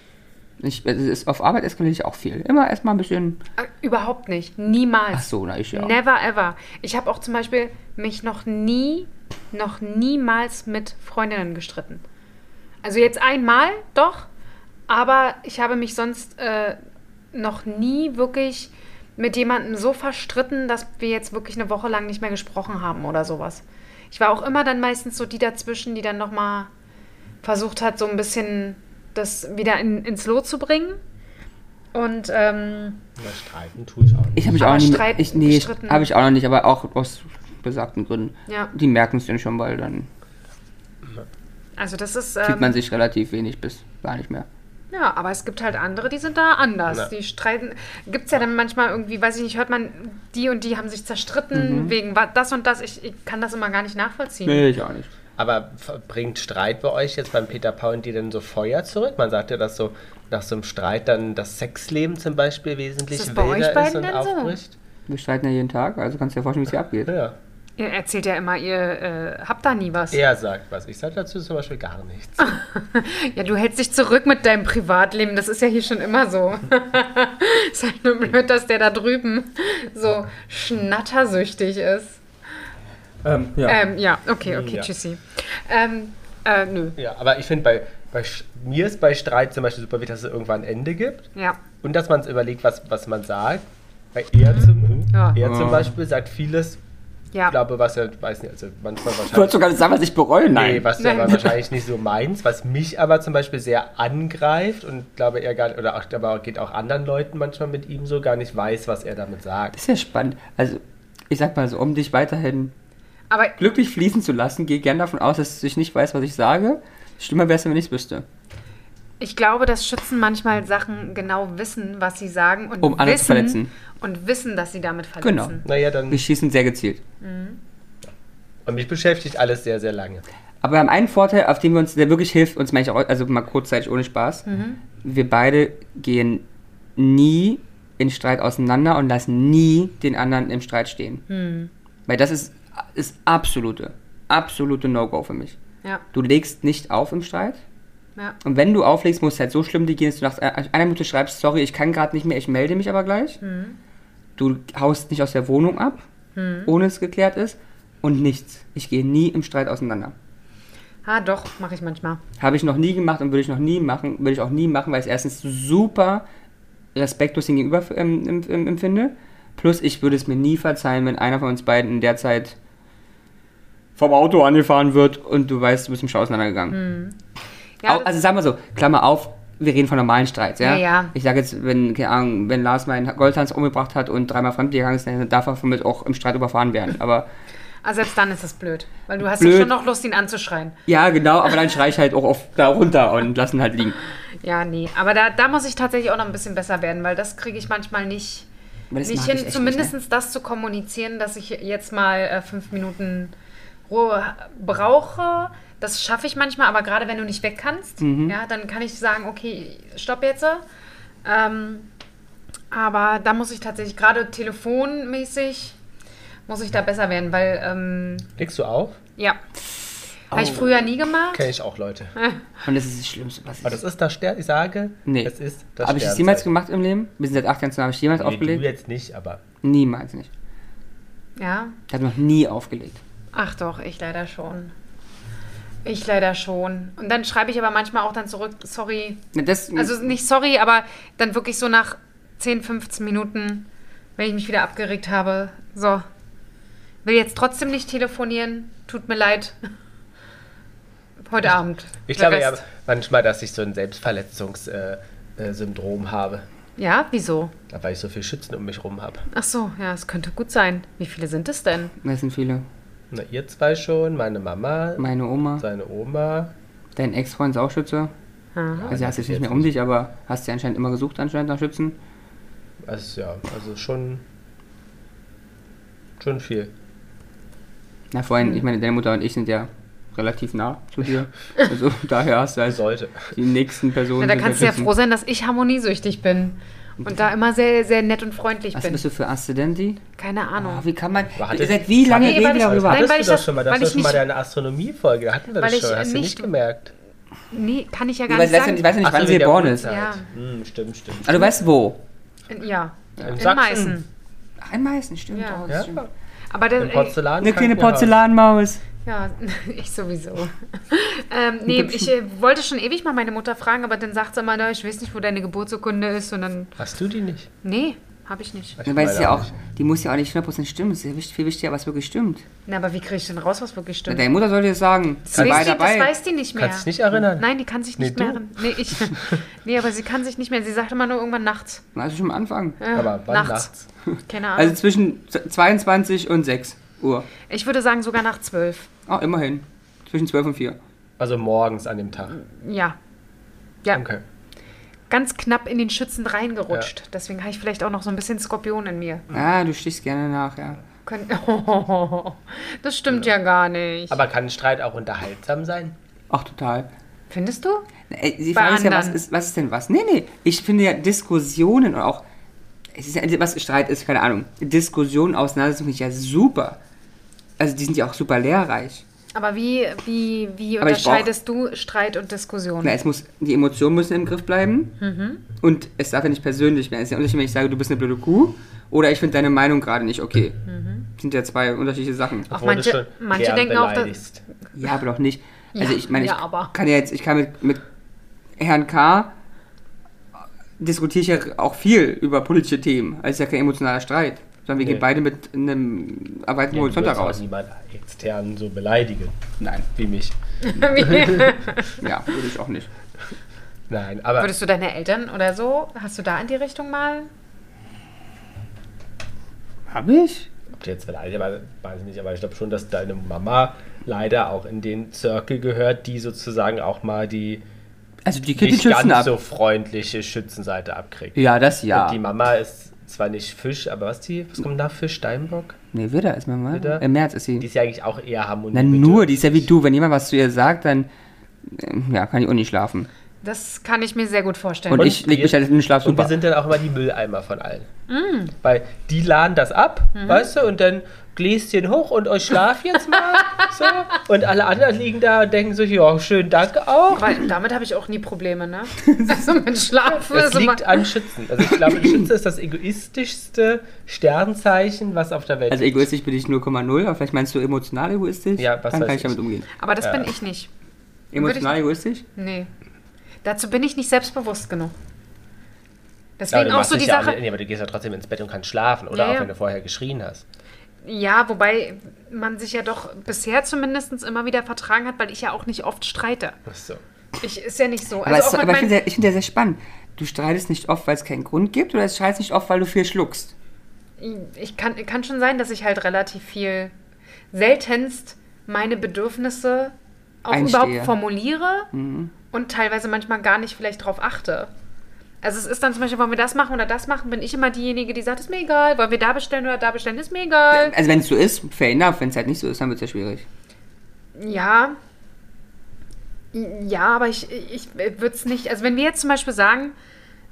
Ich, es ist, auf Arbeit eskaliere ich auch viel. Immer erstmal ein bisschen.
Äh, Überhaupt nicht.
Ach
Niemals.
so, na, ich ja.
Never ever. Ich habe auch zum Beispiel mich noch nie, noch niemals mit Freundinnen gestritten. Also jetzt einmal, doch, aber ich habe mich sonst äh, noch nie wirklich mit jemandem so verstritten, dass wir jetzt wirklich eine Woche lang nicht mehr gesprochen haben oder sowas. Ich war auch immer dann meistens so die dazwischen, die dann nochmal versucht hat, so ein bisschen das wieder in, ins Lot zu bringen. Und ähm,
Na, streiten tue ich auch nicht.
Ich habe mich
Aber
auch noch nie.
Streit-
Ich, nee,
gestritten.
habe ich auch noch nicht, aber auch aus besagten Gründen.
ja, Ähm.
Die merken es dann schon, weil dann
also das ist.
fühlt
ähm,
man sich relativ wenig bis gar nicht mehr.
Ja, aber es gibt halt andere, die sind da anders.
Ja.
Die streiten. Gibt es ja dann manchmal irgendwie, weiß ich nicht, hört man, die und die haben sich zerstritten wegen wa- das und das. Ich, ich kann das immer gar nicht nachvollziehen.
Nee, ich auch nicht.
Aber f- bringt Streit bei euch jetzt beim Peter Paul und dir denn so Feuer zurück? Man sagt ja, dass so nach so einem Streit dann das Sexleben zum Beispiel wesentlich
Ist das bei euch
wilder ist
beiden
und
denn so?
aufbricht.
Wir streiten ja jeden Tag, also kannst du dir vorstellen, wie es hier abgeht.
Ja,
Ihr erzählt ja immer, ihr äh, habt da nie was. Ja.
er sagt was. Ich sage dazu zum Beispiel gar nichts.
Ah. du hältst dich zurück mit deinem Privatleben. Das ist ja hier schon immer so. [LAUGHS] ist halt nur blöd, dass der da drüben so schnattersüchtig ist.
Ähm, ja.
Ähm, ja, okay, okay,
Ja.
tschüssi. Ähm, äh, nö.
Ja, aber ich finde, bei, bei Sch- mir ist bei Streit zum Beispiel super wichtig, dass es irgendwann ein Ende gibt
Ja.
und dass man überlegt, was, was man sagt. Bei er zum,
Ja.
er
Ah.
zum Beispiel sagt vieles,
Ja.
ich glaube, was er, weiß nicht, also manchmal
Ich wollte
wahrscheinlich.
sogar sagen, was ich bereue. Nein.
Nee, was du
Nein.
aber wahrscheinlich nicht so meinst, was mich aber zum Beispiel sehr angreift und glaube er gar oder auch, aber geht auch anderen Leuten manchmal mit ihm so gar nicht weiß, was er damit sagt.
Das ist ja spannend. Also, ich sag mal so, um dich weiterhin
Aber
glücklich fließen zu lassen, geh gern davon aus, dass ich nicht weiß, was ich sage. Schlimmer wäre es, wenn ich es wüsste.
Ich glaube, dass Schützen manchmal Sachen genau wissen, was sie sagen und
Um andere
wissen
zu verletzen.
und wissen, dass sie damit verletzen.
Genau.
Naja, dann.
Wir schießen sehr gezielt.
Und mich beschäftigt alles sehr, sehr lange.
Aber wir haben einen Vorteil, auf den wir uns, der wirklich hilft, uns manchmal, auch- also mal kurzzeitig ohne Spaß.
Mhm.
Wir beide gehen nie in Streit auseinander und lassen nie den anderen im Streit stehen.
Hm.
Weil das ist, ist absolute, absolute No-Go für mich.
Ja,
Du legst nicht auf im Streit.
ja,
Und wenn du auflegst, muss es halt so schlimm dir gehen, dass du nach einer Minute schreibst, sorry, ich kann gerade nicht mehr, ich melde mich aber gleich. Du haust nicht aus der Wohnung ab, ohne es geklärt ist. Und nichts. Ich gehe nie im Streit auseinander.
ah, doch, mache ich manchmal.
Habe ich noch nie gemacht und würde ich noch nie machen, würde ich auch nie machen, weil ich es erstens super respektlos dem gegenüber ähm, em- em- empfinde. Plus, ich würde es mir nie verzeihen, wenn einer von uns beiden in der Zeit vom Auto angefahren wird und du weißt, du bist im Schau auseinandergegangen.
Ja,
Au- also sag mal so, Klammer auf, wir reden von normalen Streits, ja?
Ja, ja.
Ich sage jetzt, wenn, keine Ahnung, wenn Lars meinen Goldhans umgebracht hat und dreimal fremdgegangen ist, dann darf er von mir auch im Streit überfahren werden.
[LAUGHS]
Aber
Ah, selbst dann ist das blöd. Weil du hast
Blöd.
ja schon noch Lust, ihn anzuschreien.
ja, genau, aber dann schrei ich halt auch oft da runter und lass ihn halt liegen.
Ja, nee. Aber da, da muss ich tatsächlich auch noch ein bisschen besser werden, weil das kriege ich manchmal nicht,
Aber das
nicht
mag ich
hin.
echt
Zumindest
nicht, ne?
das zu kommunizieren, dass ich jetzt mal äh, fünf Minuten Ruhe brauche. Das schaffe ich manchmal, aber gerade wenn du nicht weg kannst,
Mhm.
ja, dann kann ich sagen, okay, stopp jetzt. Ähm, aber da muss ich tatsächlich, gerade telefonmäßig, muss ich da besser werden, weil, ähm,
Legst du auf?
ja. Habe ich
Au.
früher nie gemacht.
Kenne ich auch Leute.
Ah.
ne? Und das ist das Schlimmste, was
Aber das ist das Stern. Ich sage,
Nee.
es ist das
Habe ich das
Sternzeichen.
jemals gemacht im Leben? Wir sind seit acht Jahren zusammen. Habe ich jemals
Nee, du
aufgelegt?
jetzt nicht, aber
Niemals nicht.
Ja,
Ich habe noch nie aufgelegt.
Ach doch, ich leider schon. Ich leider schon. Und dann schreibe ich aber manchmal auch dann zurück, sorry.
Na, Das,
Also nicht sorry, aber dann wirklich so nach 10, 15 Minuten, wenn ich mich wieder abgeregt habe. So. Will jetzt trotzdem nicht telefonieren. Tut mir leid. Heute Abend.
ich
Der
glaube ja
Rest.
manchmal, dass ich so ein Selbstverletzungssyndrom äh, äh, Syndrom habe.
Ja, wieso?
Weil ich so viel Schützen um mich rum habe.
Ach so, ja, es könnte gut sein. Wie viele sind es denn?
das sind viele.
Na, ihr zwei schon, meine Mama,
Meine Oma,
seine Oma.
dein Ex-Freund ist auch Schütze.
Aha.
Also hast du
das
dich nicht
jetzt
mehr um dich, aber hast ja anscheinend immer gesucht anscheinend nach Schützen.
Also ja, also schon. Schon viel.
Na vorhin,
Hm.
ich meine, deine Mutter und ich sind ja relativ nah zu dir.
[LAUGHS]
Also daher hast du also
Sollte.
die nächsten Personen.
Na, da
sind halt
kannst du ja
Schützen.
froh sein, dass ich harmoniesüchtig bin. Und da immer sehr, sehr nett und freundlich
Was
bin.
bist du für Aszendenti?
Keine Ahnung.
Ah, wie kann man.
Aber hat es-
Seit wie
hat
lange
es-
reden wir
Nee, weil ich-
darüber?
Nein,
Also, Hattest
weil
du
ich
doch
das-
schon mal, das
weil
ist
ich
doch schon mal
nicht-
deine Astronomie-Folge, da hatten wir das
Weil
schon,
ich,
hast
äh,
du nicht
nicht-
gemerkt.
Nee, kann ich ja gar
Weil du weißt
nicht
ja
sagen.
nicht, weißt ja nicht
Ach so,
wann sie
wegen der
geboren ist.
Uhrzeit.
Ja.
Hm, stimmt, stimmt.
Also du weißt wo?
In, ja,
In
in
Sachsen.
Meißen.
Ach, in Meißen, stimmt.
Ja.
Oh, das
Ja?
stimmt.
Aber der,
Im Porzellan.
Eine kleine
halt-
Krankenhaus.
Porzellanmaus.
Ja, [LAUGHS] ich
[LAUGHS]
sowieso. ähm, nee, ich äh, wollte schon ewig mal meine Mutter fragen, aber dann sagt sie immer, "Na, ich weiß nicht, wo deine Geburtsurkunde ist. Und dann,
Hast du die nicht?
nee, habe ich nicht.
Ich
Weil es
meine
ja auch,
nicht.
die muss ja auch nicht 100% stimmen. Es ist ja wichtig- viel wichtiger, was wirklich stimmt.
Na, aber wie kriege ich denn raus, was wirklich
Na,
stimmt?
Deine Mutter sollte es sagen.
Das,
Sie war
weiß die, das
dabei.
weiß die nicht mehr.
Kannst dich nicht erinnern?
Nein, die kann sich nicht
Nee,
mehr
du.
erinnern. Nee,
[LAUGHS]
ich, nee, aber sie kann sich nicht mehr. Sie sagt immer nur irgendwann nachts.
Na, Also schon am Anfang.
Ja,
Aber wann nachts?
Keine Ahnung.
Also zwischen 22 und 6 Uhr.
ich würde sagen, sogar nach zwölf.
Oh, immerhin. Zwischen 12 und 4.
Also morgens an dem Tag.
Ja. Ja,
Okay.
ganz knapp in den Schützen reingerutscht. Deswegen habe ich vielleicht auch noch so ein bisschen Skorpion in mir.
Ah, du stichst gerne nach, ja.
Könnt- [LAUGHS] das stimmt ja gar nicht.
Genau. Aber kann Streit auch unterhaltsam sein?
Ach, total.
Findest du?
Na, äh, Die
Bei
Frage ist ja, was
anderen.
ist, was ist denn was? Nee, nee. Ich finde ja Diskussionen und auch. Es ist ja, was Streit ist, keine Ahnung. Diskussionen, Auseinandersetzungen sind ja super. Also die sind ja auch super lehrreich.
Aber wie, wie, wie
Aber ich brauch-
unterscheidest du Streit und Diskussion?
Na, es muss, die Emotionen müssen im Griff bleiben. Und es darf ja nicht persönlich werden. Es ist ja ein Unterschied, wenn ich sage, du bist eine blöde Kuh oder ich finde deine Meinung gerade nicht okay. Sind ja zwei unterschiedliche Sachen.
Ach,
Wurde
manche,
schon
manche
gern
denken auch, dass,
beleidigt.
Ja, aber doch nicht. Also
Ja,
ich meine, ich
ja, aber.
kann ja jetzt, ich kann mit, mit Herrn K. diskutiere ich ja auch viel über politische Themen. Also es ist ja kein emotionaler Streit. Sondern wir
Nee.
gehen beide mit einem erweiterten
Ja, du
Horizont
würdest auch
raus.
niemand extern so beleidigen.
Nein,
Wie mich.
ja, würde ich auch nicht.
Nein, aber
würdest du deine Eltern oder so, hast du da in die Richtung mal?
Hab ich?
ob die jetzt beleidigt, aber weiß ich nicht, aber ich glaube schon, dass deine Mama leider auch in den Circle gehört, die sozusagen auch mal die
Also die Kitty
nicht ganz
schützen ab.
so freundliche Schützenseite abkriegt.
Ja, das ja.
Und die Mama ist zwar nicht Fisch, aber was die, was kommt nach Fisch? Steinbock?
Nee, Widder ist mein Mann.
Widder?
Im März ist sie.
Die ist ja eigentlich auch eher harmonisch.
Na nur, die ist ja wie du. Wenn jemand was zu ihr sagt, dann ähm, ja, kann ich auch nicht schlafen.
Das kann ich mir sehr gut vorstellen.
Und, ich leg mich halt in den Schlaf
Und wir
super.
sind dann auch immer die Mülleimer von allen. Weil die laden das ab, weißt du, und dann Gläschen hoch und euch schlaf jetzt mal. so. Und alle anderen liegen da und denken so, ja, schön, danke auch.
Weil damit habe ich auch nie
[LAUGHS]
Probleme, ne? Also mit Schlaf.
Es
also
liegt
mal-
an Schützen. Also ich
[LAUGHS]
glaube, ein Schütze ist das egoistischste Sternzeichen, was auf der Welt
Also egoistisch bin ich 0,0, aber vielleicht meinst du emotional egoistisch?
Ja, was
Dann
weiß
kann ich
ich.
damit umgehen.
aber das
Ja.
bin ich nicht.
Emotional egoistisch?
Nee. Dazu bin ich nicht selbstbewusst genug.
Ja, aber
Deswegen
du
auch
machst
so
dich
die
ja auch
Sache.
nicht- Nee, aber du gehst ja trotzdem ins Bett und kannst schlafen, oder?
Ja, ja.
Auch wenn du vorher geschrien hast.
Ja, wobei man sich ja doch bisher zumindest immer wieder vertragen hat, weil ich ja auch nicht oft streite.
Ach so.
Ich, ist ja nicht so.
Aber,
Also
es,
auch mit
aber ich finde
meinen,
ja- ich find ja sehr spannend. Du streitest nicht oft, weil es keinen Grund gibt, oder es streitest nicht oft, weil du viel schluckst.
ich kann, kann schon sein, dass ich halt relativ viel seltenst meine Bedürfnisse auch
Einstehe.
überhaupt formuliere und teilweise manchmal gar nicht vielleicht drauf achte. Also es ist dann zum Beispiel, wollen wir das machen oder das machen, bin ich immer diejenige, die sagt, ist mir egal, wollen wir da bestellen oder da bestellen, ist mir egal.
Also wenn es so ist, fair enough. Wenn es halt nicht so ist, dann wird es ja schwierig.
Ja. Ja, aber ich, ich würde es nicht. Also, wenn wir jetzt zum Beispiel sagen,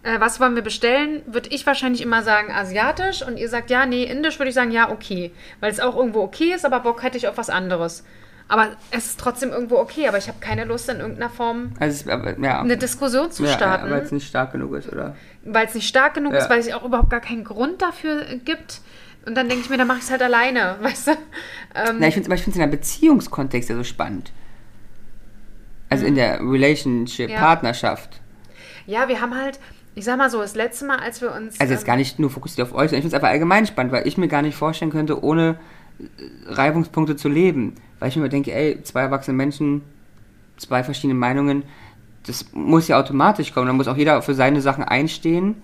äh, was wollen wir bestellen, würde ich wahrscheinlich immer sagen asiatisch und ihr sagt ja, nee, indisch, würde ich sagen ja, okay. Weil es auch irgendwo okay ist, aber Bock hätte ich auf was anderes. Aber es ist trotzdem irgendwo okay, aber ich habe keine Lust in irgendeiner Form
Also es, aber, ja.
eine Diskussion Ne, zu
ja, ja,
starten,
weil es nicht stark genug ist, oder?
weil es nicht stark genug
Ja.
ist, weil es auch überhaupt gar keinen Grund dafür äh, gibt. Und dann denke ich mir, dann mache ich es halt alleine, [LAUGHS] weißt du? Ähm,
Na, ich finde es in einem Beziehungskontext ja so spannend. Also in der Relationship,
Mhm. Ja.
Partnerschaft.
Ja, wir haben halt, ich sag mal so, das letzte Mal, als wir uns.
Also
ähm,
jetzt gar nicht nur fokussiert auf euch, sondern ich finde es einfach allgemein spannend, weil ich mir gar nicht vorstellen könnte, ohne äh, Reibungspunkte zu leben. Weil ich mir immer denke, ey, zwei erwachsene Menschen, zwei verschiedene Meinungen, das muss ja automatisch kommen. Da muss auch jeder für seine Sachen einstehen.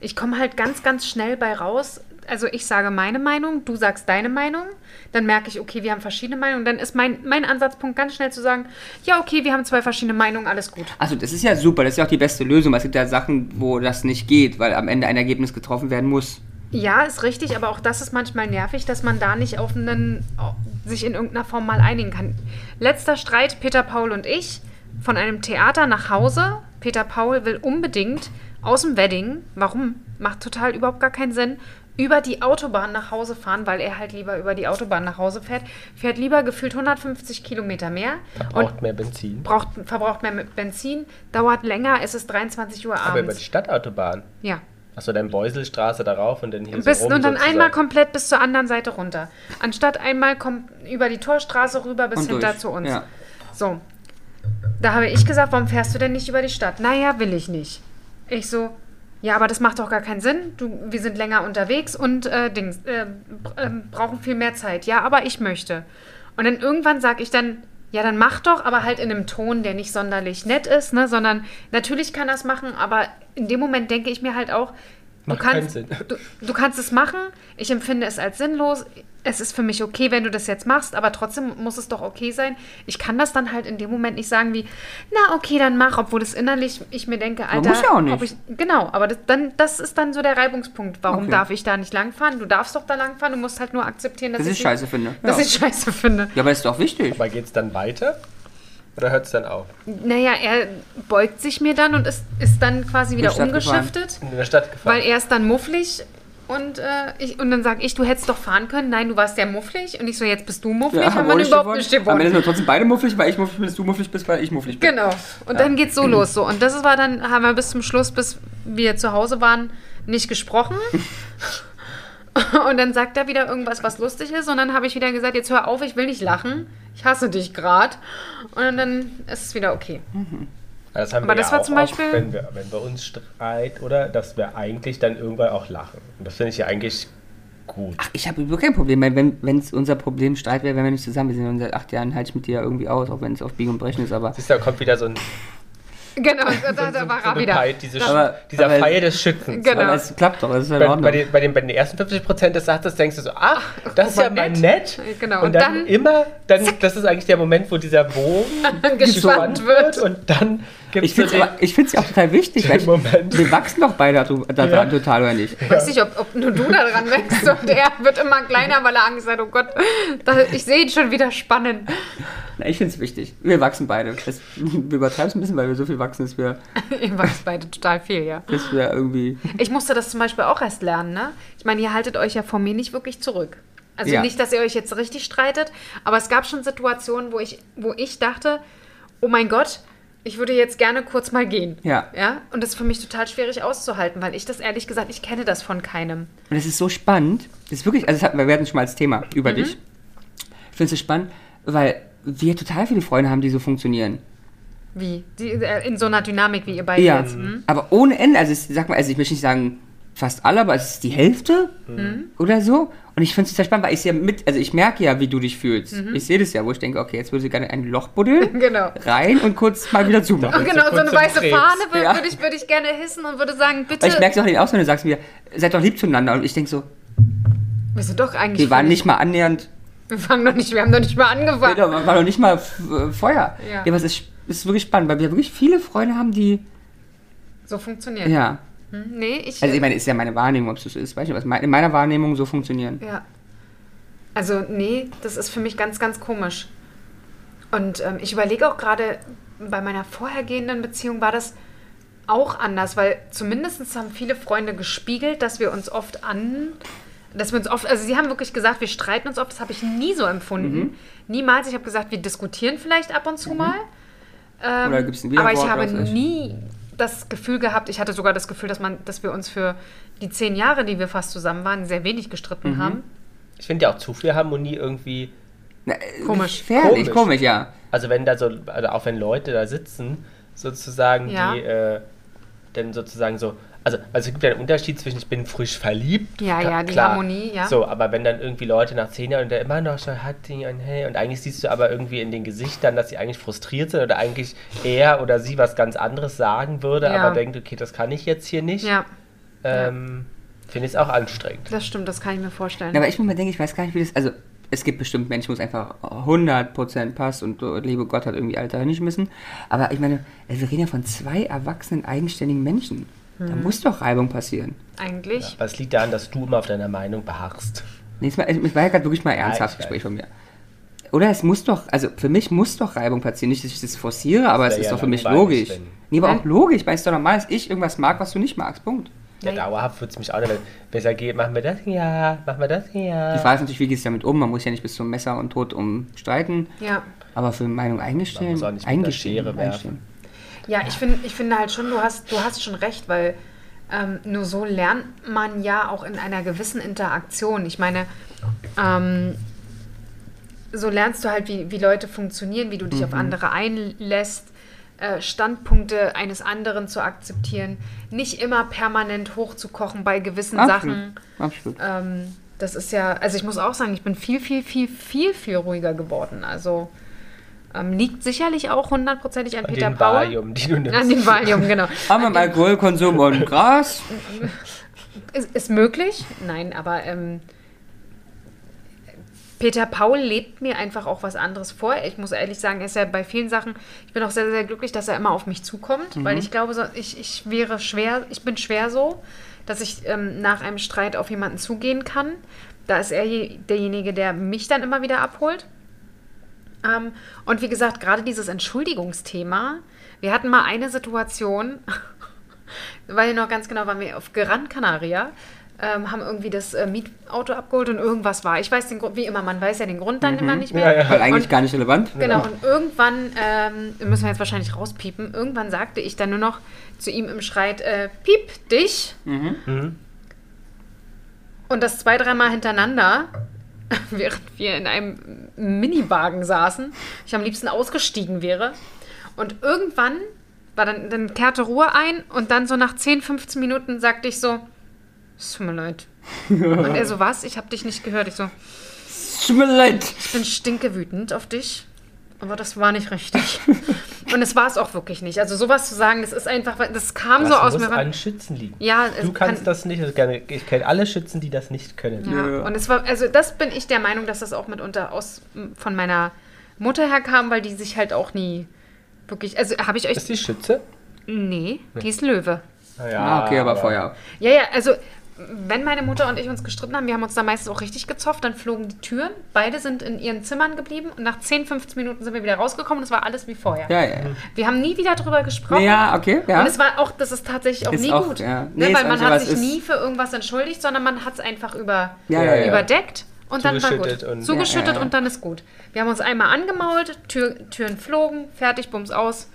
Ich komme halt ganz, ganz schnell bei raus. Also ich sage meine Meinung, du sagst deine Meinung. Dann merke ich, okay, wir haben verschiedene Meinungen. Dann ist mein, mein Ansatzpunkt ganz schnell zu sagen, ja, okay, wir haben zwei verschiedene Meinungen, alles gut.
Also das ist ja super, das ist ja auch die beste Lösung, weil es gibt ja Sachen, wo das nicht geht, weil am Ende ein Ergebnis getroffen werden muss.
Ja, ist richtig, aber auch das ist manchmal nervig, dass man da nicht auf einen, sich in irgendeiner Form mal einigen kann. Letzter Streit, Peter Paul und ich, von einem Theater nach Hause. Peter Paul will unbedingt aus dem Wedding, warum? Macht total überhaupt gar keinen Sinn, über die Autobahn nach Hause fahren, weil er halt lieber über die Autobahn nach Hause fährt. Fährt lieber gefühlt 150 Kilometer mehr und
Braucht mehr Benzin.
braucht, verbraucht mehr Benzin, dauert länger, es ist 23 Uhr
Aber über die
abends.
Stadtautobahn.
Ja.
Achso, dann Beuselstraße darauf und dann hier
Bis,
so rum
und dann
sozusagen.
einmal komplett bis zur anderen Seite runter. Anstatt einmal kom- über die Torstraße rüber bis
Und
hinter
durch.
zu uns.
Ja.
So. Da habe ich gesagt, warum fährst du denn nicht über die Stadt? Naja, will ich nicht. Ich so, ja, aber das macht doch gar keinen Sinn. Du, wir sind länger unterwegs und äh, Dings, äh, br- ähm, brauchen viel mehr Zeit. Ja, aber ich möchte. Und dann irgendwann sage ich dann, ja, dann mach doch, aber halt in einem Ton, der nicht sonderlich nett ist, ne? sondern natürlich kann das machen, aber in dem Moment denke ich mir halt auch, du
Macht
kannst,
keinen Sinn.
du, du kannst es machen, ich empfinde es als sinnlos. Es ist für mich okay, wenn du das jetzt machst, aber trotzdem muss es doch okay sein. Ich kann das dann halt in dem Moment nicht sagen wie, na okay, dann mach, obwohl das innerlich ich mir denke, Alter,
muss ja auch nicht.
Ob ich, genau, aber das, dann, das ist dann so der Reibungspunkt. Warum
Okay.
darf ich da nicht langfahren? Du darfst doch da langfahren, du musst halt nur akzeptieren, dass
Das
ich
ist scheiße, finde.
Dass
ja.
ich scheiße finde.
ja, aber das ist doch wichtig.
Aber geht's dann weiter? Oder hört's dann auf?
Naja, er beugt sich mir dann und ist, ist dann quasi wieder
Stadt gefahren.
umgeschiftet.
In der Stadt gefahren.
Weil er ist dann mufflig und, äh, ich, und dann sage ich, du hättest doch fahren können. Nein, du warst ja mufflig. Und ich so, jetzt bist du mufflig,
Ja,
haben
aber
wir
nicht
überhaupt
geworden.
nicht
Am Ende sind
gewonnen.
wir trotzdem beide mufflig, weil ich mufflig bin, dass du mufflig bist, weil ich mufflig bin.
Genau. Und dann geht's so los. So. Und das war dann, haben wir bis zum Schluss, bis wir zu Hause waren, nicht gesprochen. und dann sagt er wieder irgendwas, was lustig ist. Und dann habe ich wieder gesagt, jetzt hör auf, ich will nicht lachen. Ich hasse dich gerade. Und dann ist es wieder okay.
das haben
aber
wir
das
ja
war
auch
zum
oft,
Beispiel-
wenn wir, wenn wir uns streiten, oder? Dass wir eigentlich dann irgendwann auch lachen. Und das finde ich ja eigentlich gut.
Ach, ich habe überhaupt kein Problem, weil wenn es unser Problem Streit wäre, wären wir nicht zusammen. Wir sind nun seit acht Jahren halt mit dir irgendwie aus, auch wenn es auf Biegen und Brechen ist, aber.
Siehst du, da kommt wieder so ein
Genau, da, da war
so
er
eine
wieder.
Pfeil, diese,
Aber-
Sch- dieser
aber- Genau.
Pfeil des Schützens.
Genau.
Aber es klappt doch, das ist ja in
Bei,
Ordnung.
bei, den, bei, den, bei den ersten 50 Prozent des Satzes denkst du so, ach, das ist
guck
ja
mal,
mal nett.
nett. Genau,
Und,
und
dann,
dann-
immer, dann, das ist eigentlich der Moment, wo dieser Bogen
[LAUGHS]
gespannt
Gespannt
wird
wird.
und dann gibt
ich
es so
finde es
den,
aber, ich find's ja auch total wichtig, weil
den
ich,
Moment.
wir wachsen doch beide da, da,
Ja.
total, oder nicht?
Ich weiß nicht, ob, ob nur du da dran wächst und er wird immer kleiner, weil er Angst hat, oh Gott, da, ich sehe ihn schon wieder spannen. [LAUGHS]
Na, ich finde es wichtig. Wir wachsen beide. Das, [LAUGHS] wir übertreiben es ein bisschen, weil wir so viel wachsen, dass wir,
Ihr wachst beide total viel, ja.
dass wir irgendwie.
Ich musste das zum Beispiel auch erst lernen, ne? Ich meine, ihr haltet euch ja vor mir nicht wirklich zurück. Also
Ja.
nicht, dass ihr euch jetzt richtig streitet, aber es gab schon Situationen, wo ich, wo ich dachte, oh mein Gott, ich würde jetzt gerne kurz mal gehen.
Ja.
ja. Und das ist für mich total schwierig auszuhalten, weil ich das ehrlich gesagt, ich kenne das von keinem.
Und es ist so spannend. Das ist wirklich, also das hatten wir wir hatten schon mal als Thema über dich. Ich finde es so spannend, weil wir total viele Freunde haben, die so funktionieren.
Wie? Die, äh, in so einer Dynamik wie ihr beide
Ja,
jetzt. Hm?
aber ohne Ende. Also ich sag mal, also ich möchte nicht sagen fast alle, aber es ist die Hälfte
Mhm.
oder so. Und ich finde es total spannend, weil ich ja mit, also ich merke ja, wie du dich fühlst. Ich sehe das ja, wo ich denke, okay, jetzt würde sie gerne ein Loch buddeln,
Mhm. [LAUGHS] Genau.
rein und kurz mal wieder zumachen.
Und
Mit so
genau, so eine
kurzem
weiße
Krebs.
Fahne würde
Ja.
würd ich, würd ich gerne hissen und würde sagen, bitte.
Weil ich merke es auch nicht aus, wenn du sagst mir, seid doch lieb zueinander. Und ich denke so,
wir sind doch eigentlich.
wir waren
völlig-
nicht mal annähernd,
Wir fangen noch nicht, wir haben noch nicht mal angefangen.
wir waren noch nicht mal äh, Feuer.
Ja.
Ja. aber es ist, es ist wirklich spannend, weil wir wirklich viele Freunde haben, die,
So funktioniert.
ja.
Hm, Nee, ich.
Also ich meine, es ist ja meine Wahrnehmung, ob es so ist, weiß ich nicht, aber es mei- in meiner Wahrnehmung so funktionieren.
Ja. Also, nee, das ist für mich ganz, ganz komisch. Und ähm, ich überlege auch gerade, bei meiner vorhergehenden Beziehung war das auch anders, weil zumindest haben viele Freunde gespiegelt, dass wir uns oft an. Dass wir uns oft, also sie haben wirklich gesagt, wir streiten uns oft, das habe ich nie so empfunden.
Mhm.
Niemals. Ich habe gesagt, wir diskutieren vielleicht ab und zu mal. Ähm,
Oder gibt's ein
aber ich
Widerwort,
habe
was weiß ich.
nie das Gefühl gehabt, ich hatte sogar das Gefühl, dass, man, dass wir uns für die zehn Jahre, die wir fast zusammen waren, sehr wenig
Mhm.
gestritten haben.
Ich finde ja auch zu viel Harmonie irgendwie.
Na, äh,
Komisch.
Gefährlich,
Komisch.
komisch, ja.
Also wenn da so, also auch wenn Leute da sitzen, sozusagen,
Ja.
die äh, dann sozusagen so, also, also es gibt ja einen Unterschied zwischen ich bin frisch verliebt.
Ja,
ka-
ja, die Harmonie, ja.
So, aber wenn dann irgendwie Leute nach zehn Jahren und der immer noch so hat die und hey, und eigentlich siehst du aber irgendwie in den Gesichtern, dass sie eigentlich frustriert sind oder eigentlich er oder sie was ganz anderes sagen würde,
Ja.
aber denkt, okay, das kann ich jetzt hier nicht.
Ja,
Ähm, Finde ich es auch anstrengend.
das stimmt, das kann ich mir vorstellen.
Na, aber ich mir mal denke, ich weiß gar nicht, wie das. Also, es gibt bestimmt Menschen, wo es einfach 100% passt und äh, liebe Gott hat irgendwie Alter nicht müssen. Aber ich meine, äh, wir reden ja von zwei erwachsenen, eigenständigen Menschen. Da
Mhm.
muss doch Reibung passieren.
Eigentlich.
Was liegt daran, dass du immer auf deiner Meinung beharrst?
Nächstes Mal, also, es war ja gerade wirklich mal ein ernsthaftes
ich
Gespräch von mir. Oder es muss doch, also für mich muss doch Reibung passieren. Nicht, dass ich das forciere, aber es
wär
ist
ja
doch für mich
langweilig,
logisch.
wenn-
Nee, aber
Nein.
auch logisch, weil es ist doch normal, dass ich irgendwas mag, was du nicht magst. Punkt.
Ja,
Nein.
dauerhaft würde es mich auch nicht. Wenn ich sage, machen wir das ja, machen wir das ja.
Die Frage ist natürlich, wie geht es damit um? Man muss ja nicht bis zum Messer und Tod umstreiten.
Ja.
Aber für Meinung eingestehen.
Man muss auch nicht mit der
eingestehen,
Schere werfen.
einstehen.
Ja, ich finde ich finde halt schon, du hast, du hast schon recht, weil ähm, nur so lernt man ja auch in einer gewissen Interaktion. Ich meine, ähm, so lernst du halt, wie, wie Leute funktionieren, wie du dich auf andere einlässt, äh, Standpunkte eines anderen zu akzeptieren, nicht immer permanent hochzukochen bei gewissen
Absolut.
Sachen.
Absolut.
Ähm, das ist ja, also ich muss auch sagen, ich bin viel, viel, viel, viel, viel ruhiger geworden. Also ähm, liegt sicherlich auch hundertprozentig an,
An
Peter
den
Paul.
Valium, die du nimmst.
An den Valium, genau.
Aber beim Alkoholkonsum
[LAUGHS]
und Gras.
Ist, ist möglich? Nein, aber ähm, Peter Paul lebt mir einfach auch was anderes vor. Ich muss ehrlich sagen, er ist ja bei vielen Sachen, ich bin auch sehr, sehr glücklich, dass er immer auf mich zukommt, weil ich glaube, so- ich, ich wäre schwer, ich bin schwer so, dass ich ähm, nach einem Streit auf jemanden zugehen kann. Da ist er je- derjenige, der mich dann immer wieder abholt. Ähm, und wie gesagt, gerade dieses Entschuldigungsthema. Wir hatten mal eine Situation, [LAUGHS] weil ich noch ganz genau waren wir auf Gran Canaria, ähm, haben irgendwie das äh, Mietauto abgeholt und irgendwas war. Ich weiß den Grund, wie immer, man weiß ja den Grund dann immer nicht mehr.
Mhm. Ja, ja.
Weil eigentlich
Und-
gar nicht relevant.
Genau, und irgendwann, ähm, müssen wir jetzt wahrscheinlich rauspiepen, irgendwann sagte ich dann nur noch zu ihm im Schreit, äh, piep dich. Und das zwei, dreimal hintereinander, [LAUGHS] während wir in einem Miniwagen saßen, ich am liebsten ausgestiegen wäre. Und irgendwann war dann, dann kehrte Ruhe ein und dann so nach 10, 15 Minuten sagte ich so, es tut mir leid. Und er so, was? Ich habe dich nicht gehört. Ich so,
Es Tut mir leid.
ich bin stinkewütend auf dich, aber das war nicht richtig. Und es war es auch wirklich nicht. Also sowas zu sagen, das ist einfach, das kam
Das
so aus
muss
mir. ra-
an Schützen liegen.
Ja, es
du kannst
kann-
das nicht. Also gerne- Ich kenne alle Schützen, die das nicht können.
ja. Und es war, also das bin ich der Meinung, dass das auch mitunter aus von meiner Mutter her kam, weil die sich halt auch nie wirklich, also habe ich euch,
Ist die Schütze?
nee, die ist Löwe.
Ja,
Ah, okay, aber Feuer.
Ja, ja, also wenn meine Mutter und ich uns gestritten haben, wir haben uns da meistens auch richtig gezofft, dann flogen die Türen, beide sind in ihren Zimmern geblieben und nach 10, 15 Minuten sind wir wieder rausgekommen und es war alles wie vorher.
Ja, ja, ja.
Wir haben nie wieder drüber gesprochen.
Ja, okay, ja.
Und es war auch, das ist tatsächlich auch
Ist
nie
auch,
gut.
ja. Nee,
Ne,
ist
weil
auch
man
nicht, aber
hat
es
sich
ist-
nie für irgendwas entschuldigt, sondern man hat es einfach über,
Ja, ja, ja.
überdeckt und dann war gut.
Zugeschüttet und-
Zugeschüttet
Ja, ja, ja.
und dann ist gut. Wir haben uns einmal angemault, Tür, Türen flogen, fertig, bums aus.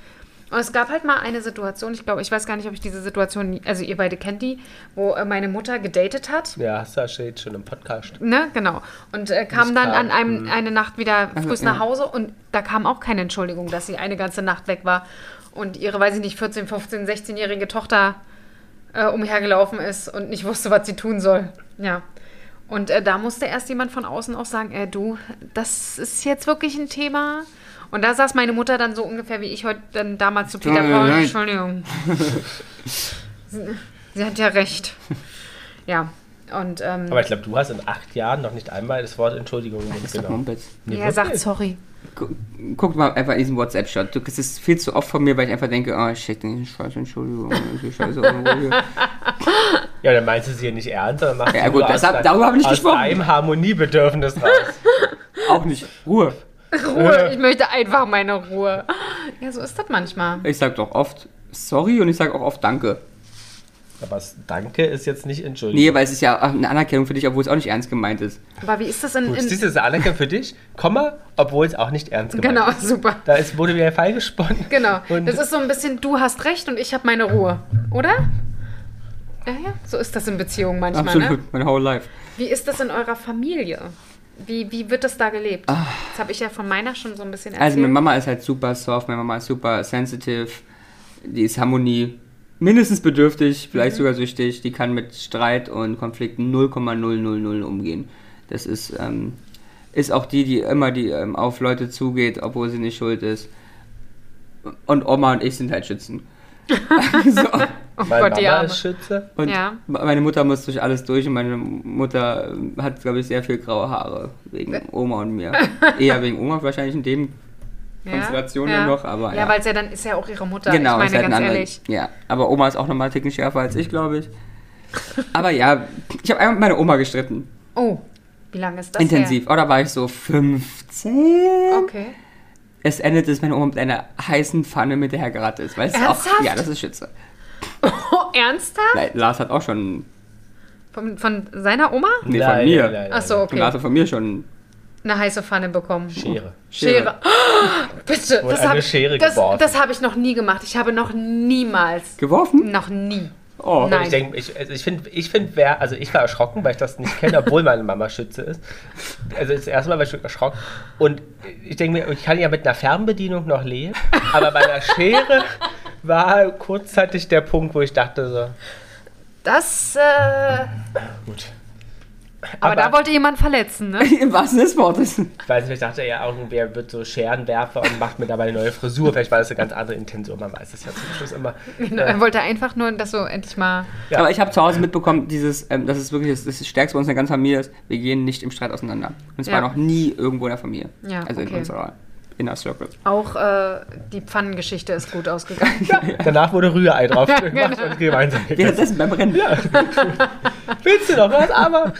Und es gab halt mal eine Situation, ich glaube, ich weiß gar nicht, ob ich diese Situation, nie- also ihr beide kennt die, wo äh, meine Mutter gedatet hat.
Ja, hast du ja schon- schon im Podcast.
Ne, genau. Und äh, kam dann
klar.
an einem eine Nacht wieder
Also,
früh nach
ja.
Hause und da kam auch keine Entschuldigung, dass sie eine ganze Nacht weg war und ihre, weiß ich nicht, 14, 15, 16-jährige Tochter äh, umhergelaufen ist und nicht wusste, was sie tun soll. Ja. Und äh, da musste erst jemand von außen auch sagen, äh, du, das ist jetzt wirklich ein Thema. Und da saß meine Mutter dann so ungefähr wie ich heute dann damals zu Peter
Entschuldigung. [LAUGHS]
Paul. Entschuldigung. sie, sie hat ja recht. Ja. Und ähm,
Aber ich glaube, du hast in acht Jahren noch nicht einmal das Wort Entschuldigung im Mund
Das ist doch
genommen.
Mumpitz.
Nee,
er sagt
wirklich.
sorry.
Gu- Guckt mal einfach in diesen WhatsApp-Shot. Du- Das ist viel zu oft von mir, weil ich einfach denke, oh, shit, nee, scheiße, Entschuldigung, diese scheiße Unruhe hier.
[LAUGHS]
Ja, dann meinst du sie ja nicht ernst, sondern machst
Ja,
sie
gut,
nur
das
aus
hab-
dein-
darüber hab ich nicht
aus
gesprochen.
deinem Harmoniebedürfnis raus.
Auch nicht. Ruhe.
Ruhe, ich möchte einfach meine Ruhe. Ja, so ist das manchmal.
Ich sag doch oft sorry und ich sag auch oft danke.
Aber das Danke ist jetzt nicht entschuldigt.
Nee, weil es ist ja eine Anerkennung für dich, obwohl es auch nicht ernst gemeint ist.
Aber wie ist das in,
Gut,
in
siehst du, das ist Anerkennung für dich, Komma, obwohl es auch nicht ernst gemeint
Genau,
ist.
super.
Da ist, wurde wieder Fall gesponnen.
Genau.
Und
das ist so ein bisschen, du hast recht und ich habe meine Ruhe, oder? Ja, ja, so ist das in Beziehungen manchmal,
Absolut,
ne?
mein whole life.
Wie ist das in eurer Familie? Wie, wie wird das da gelebt? Das habe ich ja von meiner schon so ein bisschen erzählt.
Ah. Also meine Mama ist halt super soft, meine Mama ist super sensitive, die ist Harmonie mindestens bedürftig, vielleicht sogar süchtig, die kann mit Streit und Konflikten 0,000 umgehen. Das ist, ähm, ist auch die, die immer die, ähm, auf Leute zugeht, obwohl sie nicht schuld ist. Und Oma und ich sind halt Schützen. [LAUGHS] so.
oh
mein
Gott,
Mama
die Arme.
ist Schütze.
Und
Ja.
me- meine Mutter muss durch alles durch und meine Mutter ähm, hat, glaube ich, sehr viel graue Haare wegen Oma und mir. Eher wegen Oma wahrscheinlich in dem. Konstellationen noch, aber
Ja,
ja.
weil es ja dann ist ja auch ihre Mutter.
genau,
ich
ist halt
meine,
ein
ganz
anderer.
ehrlich.
Ja, aber Oma ist auch nochmal einen Ticken schärfer als ich, glaube ich. Aber ja, ich habe einmal mit meiner Oma gestritten.
Oh, wie lange ist das
intensiv. Oder war ich so 15?
Her? Okay.
Es endete es meine Oma mit einer heißen Pfanne, mit der er geratet ist. Weißt du auch?
Ernsthaft?
Ja, das ist Schütze.
Oh, ernsthaft?
Nein, Lars hat auch schon.
Von, von seiner Oma?
Nee,
Nein,
von mir.
nein,
Ach so,
Lars
okay.
hat von mir schon
Eine heiße Pfanne bekommen.
Schere.
Schere. [GASPS] Bitte,
Wurde
das
eine
habe
Schere
das,
geworfen.
das habe ich noch nie gemacht. Ich habe noch niemals,
Geworfen?
noch nie.
Oh, [LAUGHS]
Nein.
Ich denke, ich, also ich finde, ich find, wer, also ich war erschrocken, weil ich das nicht kenne, obwohl meine Mama Schütze ist. Also das erste Mal war ich schon erschrocken. Und ich denke mir, ich kann ja mit einer Fernbedienung noch leben, aber bei einer Schere war kurzzeitig der Punkt, wo ich dachte so,
Das, äh, aber,
gut.
da wollte jemand verletzen, ne?
Im wahrsten Sinne des Wortes.
Ich weiß nicht, ich dachte ja, irgendwer wird so Scherenwerfer und macht mir dabei eine neue Frisur. Vielleicht war das eine ganz andere Intention, man weiß es [LAUGHS] ja zum Schluss immer. Äh,
Er wollte einfach nur, dass so endlich mal.
Ja.
Aber ich habe zu Hause mitbekommen, dieses, ähm, das ist wirklich das, das Stärkste bei uns in der ganzen Familie ist, wir gehen nicht im Streit auseinander. Und es
Ja.
war noch nie irgendwo in der Familie.
Ja,
also in
okay.
unserer Inner Circle.
Auch äh, die Pfannengeschichte ist gut
[LAUGHS]
ausgegangen.
Danach wurde Rührei drauf
[LAUGHS] Ja,
gemacht
genau.
und gemeinsam
Wir
gegessen.
sitzen beim Rennen.
Willst du doch was, aber...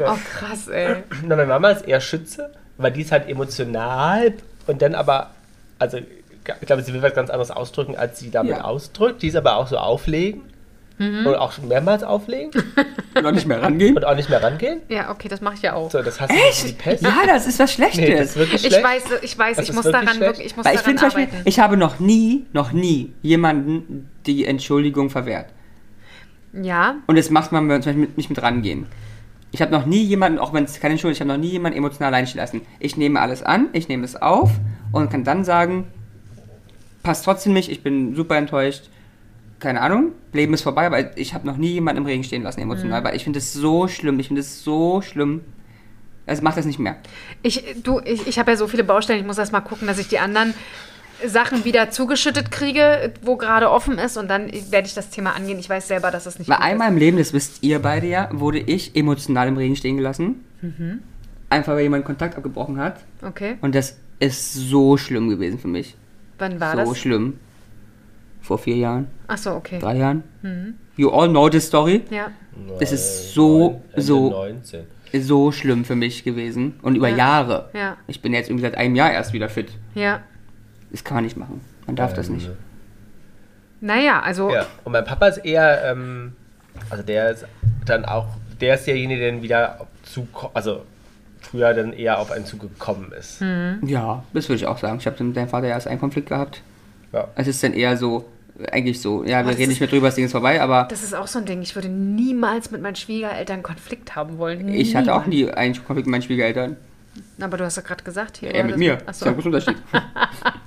oh, krass, ey.
Na, meine Mama ist eher Schütze, weil die ist halt emotional und dann aber, also ich glaube, sie will was ganz anderes ausdrücken, als sie damit
Ja.
ausdrückt. Die ist aber auch so auflegen
Mhm.
und auch schon mehrmals auflegen
Und auch nicht mehr rangehen.
und auch nicht mehr rangehen.
Ja, okay, das mache ich ja auch.
So, das hast du Echt? die Pest.
Ja, das ist was Schlechtes.
Nee, das ist wirklich schlecht.
Ich weiß, ich weiß,
Das
ich
ist
muss
wirklich
daran
schlecht.
wirklich, ich muss
Weil ich
daran
finde zum Beispiel,
arbeiten.
ich habe noch nie, noch nie jemanden die Entschuldigung verwehrt.
ja,
Und das macht man, wenn wir zum Beispiel mit, nicht mit rangehen. Ich habe noch nie jemanden, auch wenn es keine Entschuldigung ist, ich habe noch nie jemanden emotional allein stehen lassen. Ich nehme alles an, ich nehme es auf und kann dann sagen, passt trotzdem nicht, ich bin super enttäuscht. Keine Ahnung, Leben ist vorbei, aber ich habe noch nie jemanden im Regen stehen lassen, emotional, weil ich finde es so schlimm, ich finde es so schlimm. Also mach das nicht mehr.
Ich, du, ich, ich habe ja so viele Baustellen, ich muss erst mal gucken, dass ich die anderen Sachen wieder zugeschüttet kriege, wo gerade offen ist und dann werde ich das Thema angehen. Ich weiß selber, dass es nicht
Weil
gut
einmal im Leben, das wisst ihr beide ja, wurde ich emotional im Regen stehen gelassen. Einfach weil jemand Kontakt abgebrochen hat.
ist. Okay,
Und das ist so schlimm gewesen für mich.
wann war
so
Ah, das?
schlimm. Vor vier Jahren,
Ach so, okay.
drei Jahren.
Mhm.
You all know the story.
Ja,
Das ist so,
Ende
so,
19.
so schlimm für mich gewesen. Und über
Ja.
Jahre.
Ja.
Ich bin jetzt irgendwie seit einem Jahr erst wieder fit.
ja.
Das kann man nicht machen. Man darf das nicht.
Naja, also
Ja, und mein Papa ist eher, ähm, also der ist dann auch, der ist derjenige, der dann wieder zu, also früher dann eher auf einen zugekommen ist.
Hm. Mhm.
Ja, das würde ich auch sagen. Ich habe mit deinem Vater ja erst einen Konflikt gehabt.
Ja.
Es ist dann eher so, eigentlich so, ja, wir
das
reden
ist-
nicht mehr drüber, das Ding ist vorbei, aber
das ist auch so ein Ding. Ich würde niemals mit meinen Schwiegereltern Konflikt haben wollen.
ich hatte auch
Niemals.
nie einen Konflikt mit meinen Schwiegereltern.
Aber du hast ja gerade gesagt, hier.
Er
war
mit
Oh, das-
mir.
Ach
Das ist
so.
ja ein großer Unterschied.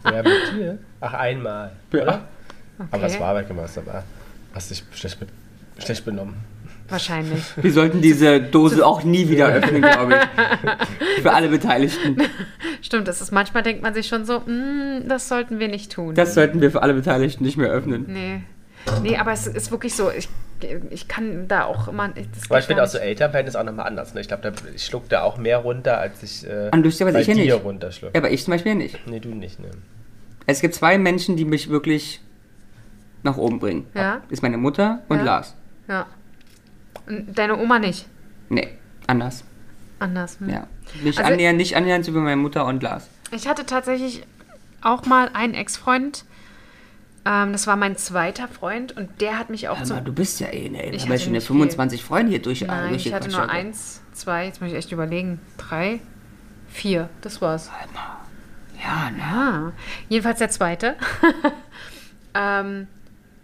Ja, mit dir? Ach, einmal.
Ja.
Oder? Aber das
Okay.
war Arbeit gemacht, aber hast dich schlecht mit schlecht benommen.
Wahrscheinlich.
Wir sollten diese Dose auch nie wieder öffnen, glaube
[LAUGHS]
ich. Für alle Beteiligten.
Stimmt, das ist manchmal denkt man sich schon so, "Mm, das sollten wir nicht tun.
Das sollten wir für alle Beteiligten nicht mehr öffnen.
nee. Nee, aber es ist wirklich so, ich, ich kann da auch immer. Das
Aber
geht
ich finde
gar
auch so
nicht.
Elternverhältnis auch nochmal anders. Ne? Ich glaube, da- ich schluck da auch mehr runter, als ich äh,
Und lustigerweise
bei
ich ja
dir
nicht.
runterschluck.
Ja, aber ich zum Beispiel nicht.
Nee, du nicht, ne?
Es gibt zwei Menschen, die mich wirklich nach oben bringen.
Ja.
Ist meine Mutter und
Ja.
Lars.
Ja. Und Deine Oma nicht.
Nee, anders.
Anders. Hm.
Ja. Nicht
Also-
annähernd, nicht annähernd über meine Mutter und Lars.
Ich hatte tatsächlich auch mal einen Ex-Freund. Ähm, das war mein zweiter Freund und der hat mich auch
Hör
so.
mal, du bist ja eh, ne?
Also Ich
Ich
hatte
habe schon eine
nicht
25 Freunde hier durch.
Nein, ich hatte
durchgequatscht,
nur
Alter.
eins, zwei, jetzt muss ich echt überlegen. Drei, vier, das war's.
Ja, ne?
Ah, jedenfalls der zweite. [LAUGHS] ähm,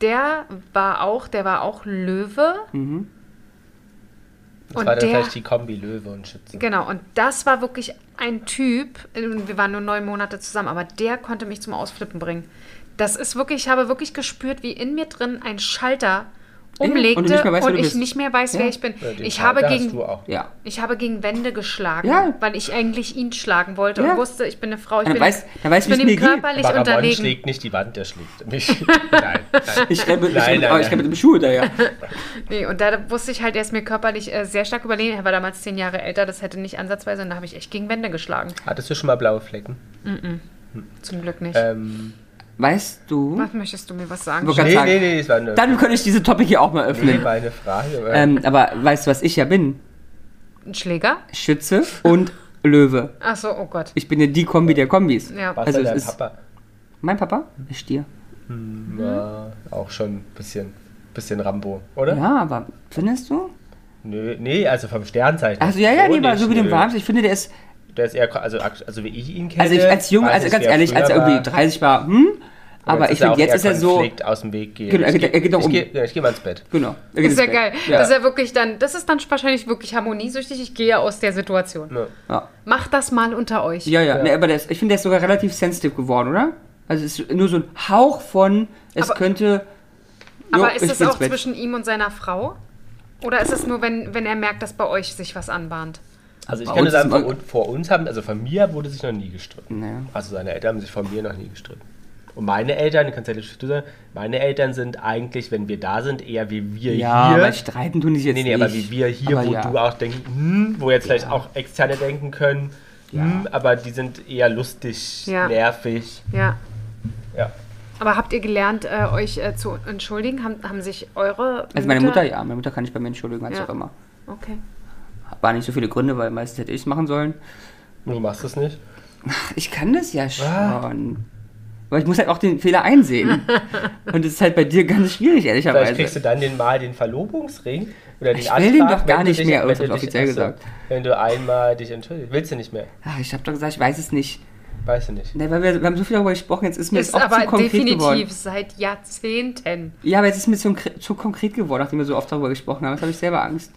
der war auch, der war auch Löwe.
Mhm.
Das
Und
war dann
der-
vielleicht die Kombi Löwe und Schütze.
Genau, und das war wirklich ein Typ, äh, wir waren nur neun Monate zusammen, aber der konnte mich zum Ausflippen bringen. Das ist wirklich, ich habe wirklich gespürt, wie in mir drin ein Schalter umlegte
und
und,
du nicht mehr weißt, wer du
ich
bist.
nicht mehr weiß,
Ja.
wer ich bin.
Ja, den
ich,
Teil,
habe
da hast
gegen,
Du auch.
Ja.
ich habe gegen Wände geschlagen,
Ja.
weil ich eigentlich ihn schlagen wollte
Ja.
und wusste, ich bin eine Frau, ich
Dann
bin,
weißt- dann weißt
ich
du,
bin
wie's
ihm
mir geht.
körperlich
Vagabond
unterlegen.
schlägt nicht die Wand, der
[LAUGHS]
schlägt mich. nein, nein.
Ich renne mit, ich
Nein,
renn mit,
nein,
aber ich renn mit dem Schuh da, ja.
Nee, und da wusste ich halt, er ist mir körperlich äh, sehr stark überlegen. Er war damals zehn Jahre älter, das hätte nicht ansatzweise. Und da habe ich echt gegen Wände geschlagen.
Hattest du schon mal blaue Flecken?
Zum Glück nicht.
Ähm,
Weißt du?
Was möchtest du mir was sagen?
Wo-
nee,
Ganz sagen-
nee, nee, das war eine,
Dann könnte ich diese Topic hier auch mal
nee,
öffnen.
war eine Frage. aber-
Ähm, aber weißt du, was ich ja bin?
Ein Schläger?
Schütze und Löwe.
Achso, oh Gott.
Ich bin ja die Kombi der Kombis.
Ja.
Was
also
also
es
dein
ist- Mhm.
Papa?
Mein Papa?
Hm.
Ein Stier.
War auch schon ein bisschen, bisschen Rambo, oder?
Ja, aber findest du?
Nö, nee, also vom Sternzeichen.
Also ja, ja,
So
nee, war
nicht,
so wie dem
nö.
Wams. Ich finde, der ist,
Der ist eher, also, ak- also wie ich ihn kenne.
also ich als Junge,
weiß
also
ich,
ganz
wer
ehrlich, als er
früher
irgendwie
war,
30 war, hm, aber ich
jetzt ist er
finde,
auch
jetzt
eher
ist er so,
Konflikt aus dem Weg gehen.
Genau, er
Ich
geht- er geht doch
ich
um.
Geh, ja, ich gehe mal ins Bett.
genau. Da geht
Das ist ja
es
geil.
weg.
Das ist ja wirklich dann, das ist dann wahrscheinlich wirklich harmoniesüchtig. Ich gehe ja aus der Situation.
Ja.
Ja,
Macht das mal unter euch.
ja, ja. Nee, aber der ist, ich finde, der ist sogar relativ sensitive geworden, oder? Also es ist nur so ein Hauch von, es
Aber-
könnte, jo,
Aber ist
ich
es
bin ins
auch
Bett.
zwischen ihm und seiner Frau? Oder ist es nur, wenn, wenn er merkt, dass bei euch sich was anbahnt?
Also ich
Bei
kann nur
uns
sagen,
ist mal-
vor, un- vor uns haben, also von mir wurde sich noch nie gestritten.
Naja.
Also seine Eltern haben sich von mir noch nie gestritten. Und meine Eltern, du kannst ja nicht du sagen, meine Eltern sind eigentlich, wenn wir da sind, eher wie wir
Ja,
hier.
aber streiten tun die jetzt
nee,
nicht.
nee, aber wie wir hier,
Aber
wo
ja.
du auch denken, hm, wo jetzt vielleicht auch Externe denken können, hm, aber die sind eher lustig,
Ja.
nervig.
Ja.
Ja.
Aber habt ihr gelernt, äh, euch äh, zu entschuldigen? Haben, haben sich eure.
Also meine Mutter, ja, meine Mutter kann ich bei mir entschuldigen, als
Ja.
auch immer.
Okay.
War nicht so viele Gründe, weil meistens hätte ich es machen sollen.
Und Du machst es nicht.
Ich kann das ja schon. Aber ich muss halt auch den Fehler einsehen. Und das ist halt bei dir ganz schwierig,
Vielleicht
ehrlicherweise.
kriegst du dann den mal den Verlobungsring oder den
Ich will den doch
Antrag,
gar
wenn du
nicht
dich-
mehr,
wenn
das
du
hab ich
dich-
offiziell
achso,
gesagt.
Wenn du einmal dich entschuldigst, willst du nicht mehr,
Ach, Ah, ich habe doch gesagt, ich weiß es nicht.
weißt du nicht.
Ne, weil wir, wir haben so viel darüber gesprochen, jetzt ist mir
Ist
das auch zu
aber
konkret
definitiv
geworden.
seit Jahrzehnten.
Ja, aber jetzt ist mir zu, konkre- zu konkret geworden, nachdem wir so oft darüber gesprochen haben. Jetzt habe ich selber Angst.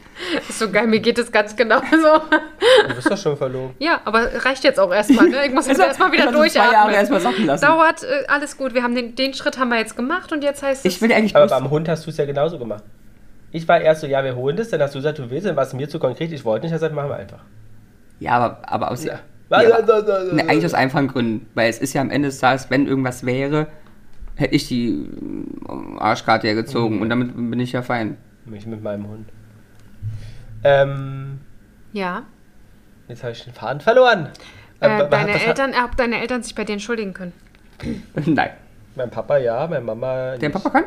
Ist so geil, mir geht es ganz genauso.
Du bist doch schon verlobt.
Ja, aber reicht jetzt auch erstmal. Ne?
[LAUGHS]
Ich muss jetzt
Also,
erstmal wieder
einfach so
durchatmen.
Zwei Jahre erstmal sacken lassen.
Dauert äh, alles gut. Wir haben den, den Schritt haben wir jetzt gemacht und jetzt heißt es.
Ich will eigentlich
Aber
bloß-
beim Hund hast du es ja genauso gemacht. Ich war erst so, ja, wir holen das, dann hast du gesagt, du willst, dann war es mir zu konkret, ich wollte nicht, dann sag, machen wir einfach.
Ja, aber, aber aus. Ja.
Was-
aber,
was- was- was-
ne, eigentlich aus einfachen Gründen. Weil es ist ja am Ende des Tages, wenn irgendwas wäre, hätte ich die ähm, Arschkarte ja gezogen. Und damit bin ich ja fein. [LAUGHS]
Mich mit meinem Hund. Ähm,
ja.
jetzt habe ich den Faden verloren.
Äh,
Aber
deine
das hat-
Eltern, äh, ob deine Eltern sich bei dir entschuldigen können.
Nein.
Mein Papa ja, meine Mama.
Dein
nicht.
Papa kann?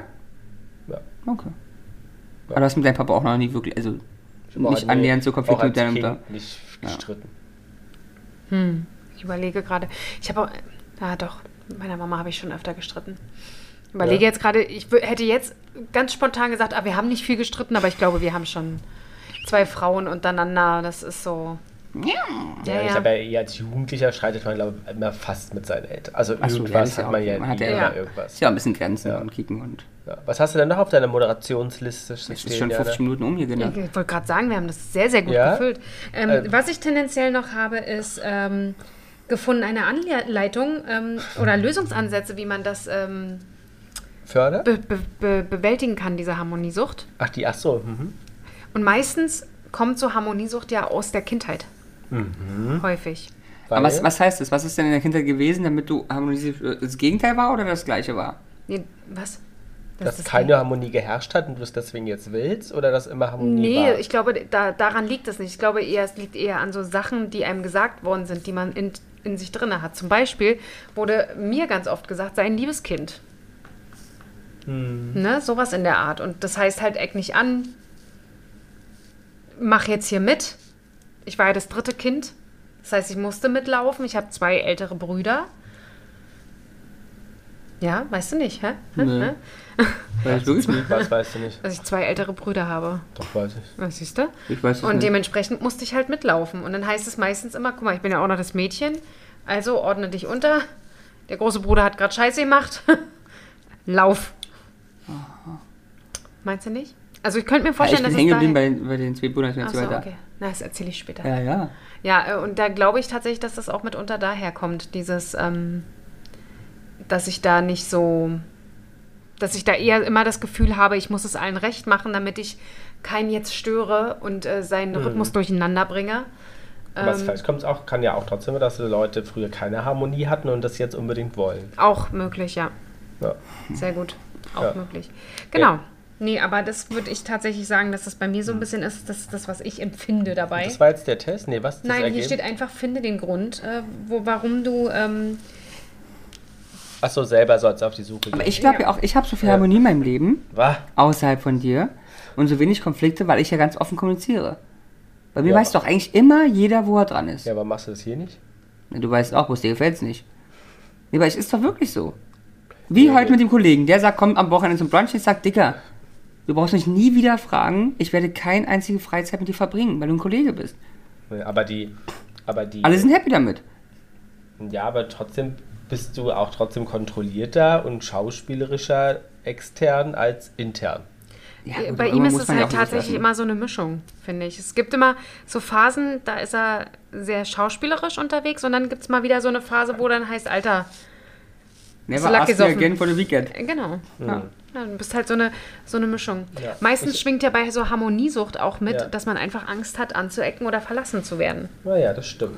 Ja.
Okay. Aber du hast mit deinem Papa auch noch nie wirklich. Also,
Ich war
nicht
nie-
annähernd zu
auch
Konflikten
als
mit deiner
Kind
Mutter.
Nicht
Ja.
gestritten.
Ich überlege gerade. Ich habe auch. Ah, doch. Mit meiner Mama habe ich schon öfter gestritten. Überlege
Ja.
jetzt gerade, ich wü- hätte jetzt ganz spontan gesagt, ah, wir haben nicht viel gestritten, aber ich glaube, wir haben schon zwei Frauen untereinander. Das ist so.
Ja, Ich glaube, eher als Jugendlicher streitet man, glaube ich, immer fast mit seinen Eltern. Also
Ach so, ja,
irgendwas
ist ja
hat
auch-
man ja,
man hat ja
immer
immer-
irgendwas.
Ist ja ein bisschen Grenzen
Ja.
und kicken und.
Ja. Was hast du denn noch auf deiner Moderationsliste
Es ist schon
Jana?
50 Minuten um hier, genau.
Ich wollte gerade sagen, wir haben das sehr, sehr gut
ne? Ja?
gefüllt. Ähm,
Ähm.
was ich tendenziell noch habe, ist ähm, gefunden eine Anleitung ähm, oder Lösungsansätze, wie man das ähm,
fördert?
be be be bewältigen kann, diese Harmoniesucht.
Ach, die, ach so. Mhm.
Und meistens kommt so Harmoniesucht ja aus der Kindheit. Häufig.
Aber was,
Weil-
was heißt das? Was ist denn in der Kindheit gewesen, damit du harmonisiert äh, das Gegenteil war oder das gleiche war?
Nee, was?
dass
ist-
keine Harmonie geherrscht hat und du es deswegen jetzt willst oder dass immer Harmonie
Nee,
war?
ich glaube, da, daran liegt es nicht. Ich glaube eher, es liegt eher an so Sachen, die einem gesagt worden sind, die man in, in sich drin hat. Zum Beispiel wurde mir ganz oft gesagt, sei ein liebes Kind. Ne, sowas in der Art. Und das heißt halt, eck nicht an, mach jetzt hier mit. Ich war ja das dritte Kind. Das heißt, ich musste mitlaufen. Ich habe zwei ältere Brüder. Ja, weißt du nicht, hä? Hä?
Nee.
Hä?
Weil ich wirklich nicht.
Was weißt du nicht?
Dass ich zwei ältere Brüder habe.
Doch, weiß ich.
Was siehst du?
Ich weiß es
Und
nicht.
dementsprechend musste ich halt mitlaufen. Und dann heißt es meistens immer, guck mal, ich bin ja auch noch das Mädchen, also ordne dich unter. Der große Bruder hat gerade Scheiße gemacht. [LAUGHS] Lauf. Meinst du nicht? Also ich könnte mir
Ja, ich
vorstellen,
bin
dass
hängen
es
geblieben
da...
bei, bei den zwei Brüdern. Ich bin jetzt
Achso,
weiter.
okay. Na, das erzähle ich später.
Ja, ja.
Ja, äh, und da glaube ich tatsächlich, dass das auch mitunter daherkommt, dieses, ähm, dass ich da nicht so, dass ich da eher immer das Gefühl habe, ich muss es allen recht machen, damit ich keinen jetzt störe und äh, seinen
Mhm.
Rhythmus durcheinander bringe.
Aber
Ähm.
es vielleicht kommt's auch, kann ja auch trotzdem, dass die Leute früher keine Harmonie hatten und das jetzt unbedingt wollen.
Auch möglich, ja.
Ja.
Sehr gut. Auch
Ja. Mhm.
möglich. Genau. Nee, aber das würde ich tatsächlich sagen, dass das bei mir so ein bisschen ist, das, das was ich empfinde dabei.
Das war jetzt der Test? Nee, was ist das
Nein, hier
Ergebnis?
steht einfach, finde den Grund, äh, wo, warum du ähm,
Achso, selber sollst du auf die Suche
Aber
gehen.
ich glaube ja auch, ich habe so viel Harmonie in meinem Leben,
Wah,
außerhalb von dir, und so wenig Konflikte, weil ich ja ganz offen kommuniziere. Bei mir
Ja.
weiß doch eigentlich immer jeder, wo er dran ist.
Ja, aber machst du das hier nicht?
Du weißt auch, bloß dir gefällt es nicht. Nee, aber es ist doch wirklich so. Wie
Ja,
heute
nee.
mit dem Kollegen, der sagt, komm am Wochenende zum Brunch, ich sag, Dicker, du brauchst mich nie wieder fragen, ich werde keine einzige Freizeit mit dir verbringen, weil du ein Kollege bist.
Nee, Aber die. Aber die.
Alle sind happy damit.
ja, aber trotzdem bist du auch trotzdem kontrollierter und schauspielerischer extern als intern.
Ja, gut,
Bei
aber
ihm ist
muss
es
man ja
halt
auch nicht
tatsächlich
lassen.
immer so eine Mischung, finde ich. Es gibt immer so Phasen, da ist er sehr schauspielerisch unterwegs und dann gibt es mal wieder so eine Phase, wo dann heißt, Alter, so
Never
lack
ask me
gesoffen.
again for the weekend.
äh, genau. Ja. Ja, du bist halt so eine, so eine Mischung.
Ja.
Meistens
Ich-
schwingt ja bei so Harmoniesucht auch mit,
Ja.
dass man einfach Angst hat, anzuecken oder verlassen zu werden.
Naja, das stimmt.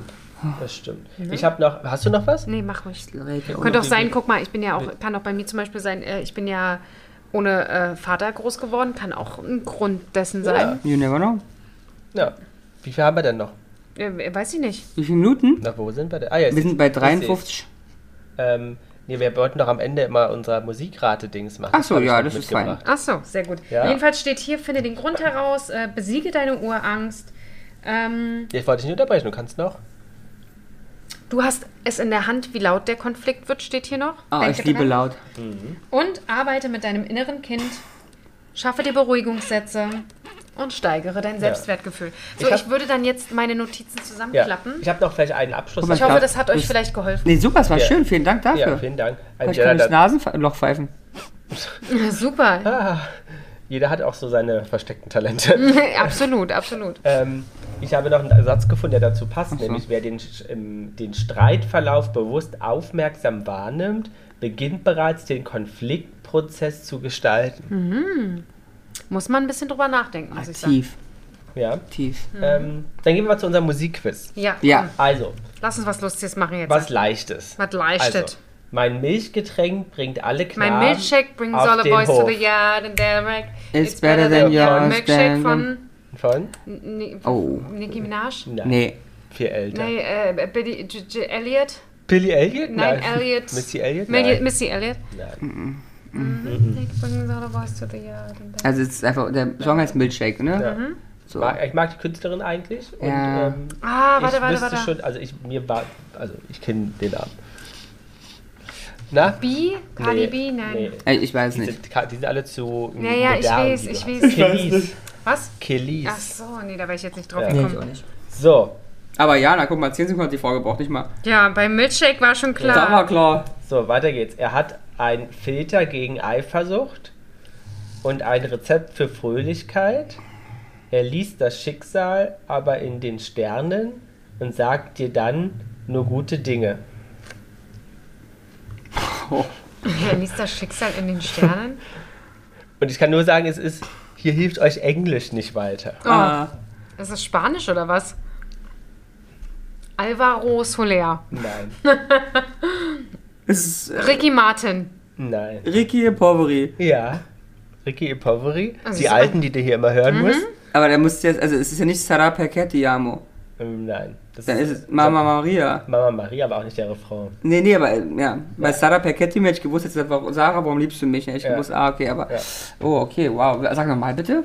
Das stimmt. Ich habe noch. Hast du noch was?
Nee, mach ruhig.
Rede ohne
Könnte auch
die-
sein, guck mal, ich bin ja auch, kann auch bei mir zum Beispiel sein, äh, ich bin ja ohne äh, Vater groß geworden, kann auch ein Grund dessen sein.
You never know.
Ja. Wie viel haben wir denn noch?
Äh, weiß ich nicht.
Wie viele Minuten?
Na, wo sind wir denn? Ah, ja,
Wir sind bei
ich seh's.
53.
Ähm, nee, wir wollten doch am Ende immer unser Musikrate-Dings machen.
Ach so,
hab ich
ja,
noch
das ist
mitgebracht.
Ach so, sehr gut.
Ja.
Jedenfalls steht hier, finde den Grund heraus, äh, besiege deine Urangst. Ähm,
Ich wollte dich nicht unterbrechen, du kannst noch.
du hast es in der Hand, wie laut der Konflikt wird, steht hier noch.
Ah,
Denke
ich liebe
dran.
laut.
Und arbeite mit deinem inneren Kind, schaffe dir Beruhigungssätze und steigere dein Selbstwertgefühl. So,
Ich
ich,
hab-
würde dann jetzt meine Notizen
Ja.
zusammenklappen.
Ich habe noch vielleicht einen Abschluss.
Guck mal,
Ich hoffe,
glaub,
das hat euch
das-
vielleicht geholfen.
Nee, super, es war
Ja.
schön. Vielen Dank
ja,
dafür.
vielen Dank.
Aber ich
jeder,
kann durchs
hat-
Nasenloch pfeifen.
[LAUGHS] Super,
jeder hat auch so seine versteckten
Mhm.
Talente.
absolut, absolut.
ähm, ich habe noch einen Satz gefunden, der dazu passt,
so.
nämlich wer den, Sch- ähm, den Streitverlauf bewusst aufmerksam wahrnimmt, beginnt bereits den Konfliktprozess zu gestalten.
Muss man ein bisschen drüber nachdenken, muss ich sagen.
Tief,
Ja.
tief.
Ähm, dann gehen wir mal zu unserem Musikquiz.
Ja,
Ja,
Also,
lass uns was Lustiges machen jetzt.
was Leichtes.
Was Leichtes.
Also, mein Milchgetränk bringt alle
My
Knaben
milkshake brings
auf
all the
den
boys
Hof.
to the yard and they're like,
It's better than yours, than-
milkshake von
Von?
Ni-
Oh.
Nicki Minaj?
Nein.
nee.
Viel älter.
Nee, äh, Billy, J J Elliot?
Billy Elliot? [LAUGHS]
Nein, Elliot.
Missy Elliot?
Milli-
Nein.
Missy Elliot?
Nein.
Milkshake brings all the boys to the yard and they're
Also es ist einfach, der Song heißt Milkshake, ne?
Ja.
Mhm.
So.
Mag, ich mag die Künstlerin eigentlich. Und,
Ja.
ähm,
Ah, warte,
ich
warte,
wüsste
warte.
schon, also ich mir war, also ich kenne den Namen. Na?
B? Cardi B? Nein.
Äh, Ich weiß
Die,
nicht.
sind, ka- die sind alle zu
Ja, ja, ich
modern,
weiß,
die du
ich
hast.
weiß. Ich
Killies.
Was?
Killies.
Ach so, nee, da wäre ich jetzt nicht drauf
Ja.
Nee,
gekommen.
ich auch nicht.
So,
Aber ja, na guck mal, 10 Sekunden hat die Frau gebraucht, nicht mal.
Ja, beim Milkshake war schon klar.
Da war klar.
so, weiter geht's. Er hat einen Filter gegen Eifersucht und ein Rezept für Fröhlichkeit. Er liest das Schicksal aber in den Sternen und sagt dir dann nur gute Dinge.
Oh.
Herr liest das Schicksal in
[LAUGHS]
den Sternen?
Und ich kann nur sagen, es ist, hier hilft euch Englisch nicht weiter.
Ah.
Oh, ist das Spanisch oder was? Alvaro Soler.
Nein,
Es ist äh,
Ricky Martin.
nein.
Ricky Poveri.
Ja, Ricky Ipovori,
Also
die
so-
Alten, die du hier immer hören musst.
Aber da musst du jetzt, also es ist ja nicht Sara Perchetti Amo.
Ähm, nein, das
Dann ist es Mama Maria.
Mama Maria war auch nicht der Refrain.
Nee, nee, aber äh, ja, bei Sarah Perchetti hätte ich gewusst, jetzt war Sarah, warum liebst du mich? Hätte ich
Ja.
gewusst, ah, okay, aber.
Ja.
Oh, okay, wow. Sag nochmal bitte.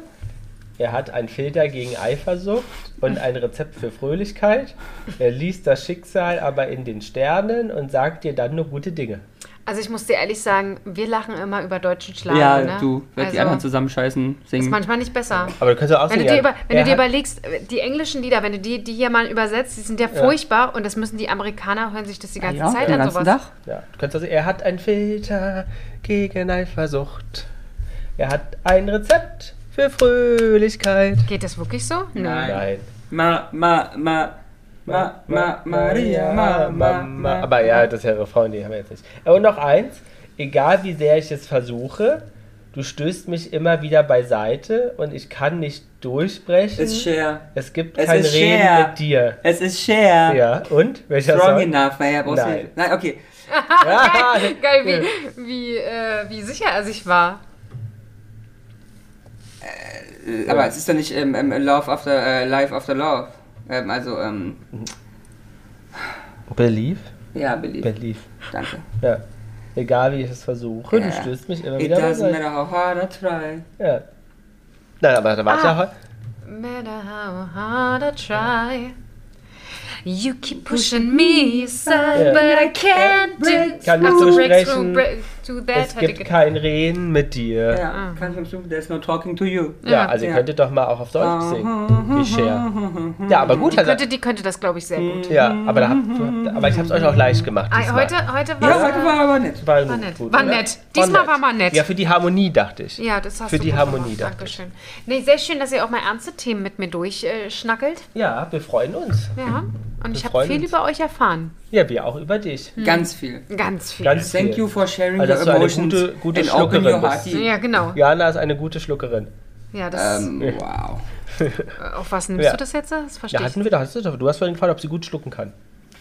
Er hat einen Filter gegen Eifersucht und ein Rezept für Fröhlichkeit. Er liest das Schicksal aber in den Sternen und sagt dir dann nur gute Dinge.
Also ich muss dir ehrlich sagen, wir lachen immer über deutschen Schlager.
ja,
ne?
du, werd die anderen zusammenscheißen,
Ist
singen.
manchmal nicht besser.
Aber du kannst auch
Wenn du
sagen,
dir,
ja,
über, wenn
er
du dir
hat-
überlegst, die englischen Lieder, wenn du die, die hier mal übersetzt, die sind ja furchtbar und das müssen die Amerikaner hören sich das die ganze
ja,
Zeit
den
an
ganzen
sowas.
Tag.
Ja, du kannst also, er hat einen Filter gegen Eifersucht. Er hat ein Rezept für Fröhlichkeit.
Geht das wirklich so? Nee.
Nein.
Ma, ma, ma, ma, ma, Maria, ma, ma, ma.
Aber ja, das ist ja Refrain, die haben wir jetzt nicht. Äh, Und noch eins, egal wie sehr ich es versuche, du stößt mich immer wieder beiseite und ich kann nicht durchbrechen.
Es ist Cher.
Es gibt
Es
kein
ist
Reden
Cher.
mit dir.
Es ist Cher.
Ja, und? Welcher
Strong
Song?
enough, weil er braucht
Nein.
Hilfe. Nein, okay.
Ah,
[LAUGHS] Geil, wie, wie, äh, wie sicher er sich war.
Äh, Aber es ist doch nicht ähm, ähm, Love after, äh, Life after Love. Ähm, also, ähm,
Believe?
ja, believe.
Believe.
Danke.
Ja. Egal wie ich es versuche,
Ja.
du stößt mich immer
It
wieder
doesn't
beiseite.
matter how hard I try.
Ja. Nein, aber da war ich ja heute.
Matter how hard I try. You keep pushing me aside,
Ja.
but I can't do
Kann nicht
Ach so,
durchbrechen.
break to that.
Es
hätte
gibt
ge-
kein Reden mit dir. Ja,
Ja, kannst du mir zustimmen? There's no talking to you.
also ihr
Ja.
könntet doch mal auch auf Deutsch singen. Wie Cher. Ja, aber gut,
die,
also,
könnte, die könnte das, glaube ich, sehr gut.
ja, aber, da habt, aber ich hab's euch auch leicht gemacht.
Ah,
diesmal.
Heute, heute war
Ja, heute war aber nett.
war, war
nett. War nett. Diesmal war mal nett.
Ja, für die Harmonie dachte ich.
Ja, das hast
Für
du
die
gut
Harmonie,
gemacht.
dachte ich.
Dankeschön. Nee, sehr schön, dass ihr auch mal ernste Themen mit mir durchschnackelt.
Ja, wir freuen uns.
Ja. Und ich habe
Mhm. freuen
viel
uns.
über euch erfahren.
Ja, wir auch über dich.
Ganz viel.
Ganz viel.
Ganz
Thank
viel.
you for sharing
Also, dass
your
du eine
emotions
gute- gute
and open
Schluckerin
your heart.
bist.
ja, genau.
Jana ist eine gute Schluckerin.
Ja, das,
Ähm, wow.
auf was nimmst
ja.
du das jetzt? Das
Ja,
verstehe ich.
hatten wir doch, hast du doch. Du hast vorhin gefragt, ob sie gut schlucken kann.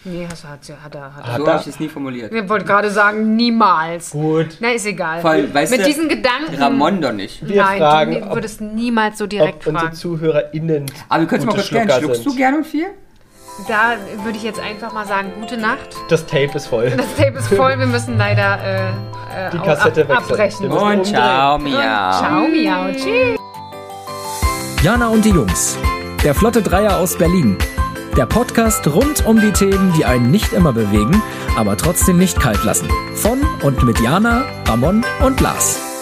Nee, hast, hat, hat, er- hat, er.
Hat
So
er-
habe ich es nie formuliert.
Ich wollte gerade sagen, niemals.
Ah. Gut.
Na, ist egal.
Vor allem, weißt
mit
du,
diesen Gedanken.
Ramon doch nicht.
Wir
nein,
fragen,
du
ob-
würdest niemals so direkt
Ob unsere
fragen.
ZuhörerInnen.
Aber wir können mal
gute
kurz klären.
Schlucker
Schluckst du
sind.
gern und viel?
Da würde ich jetzt einfach mal sagen, gute Nacht.
Das Tape ist voll.
Das Tape ist voll, wir müssen leider äh, äh,
Die Kassette
ab,
wechseln.
abbrechen.
Wir müssen
Und
umdrehen.
ciao, miau.
Ciao, miau. Tschüss.
Jana und die Jungs. Der Flotte Dreier aus Berlin. Der Podcast rund um die Themen, die einen nicht immer bewegen, aber trotzdem nicht kalt lassen. Von und mit Jana, Ramon und Lars.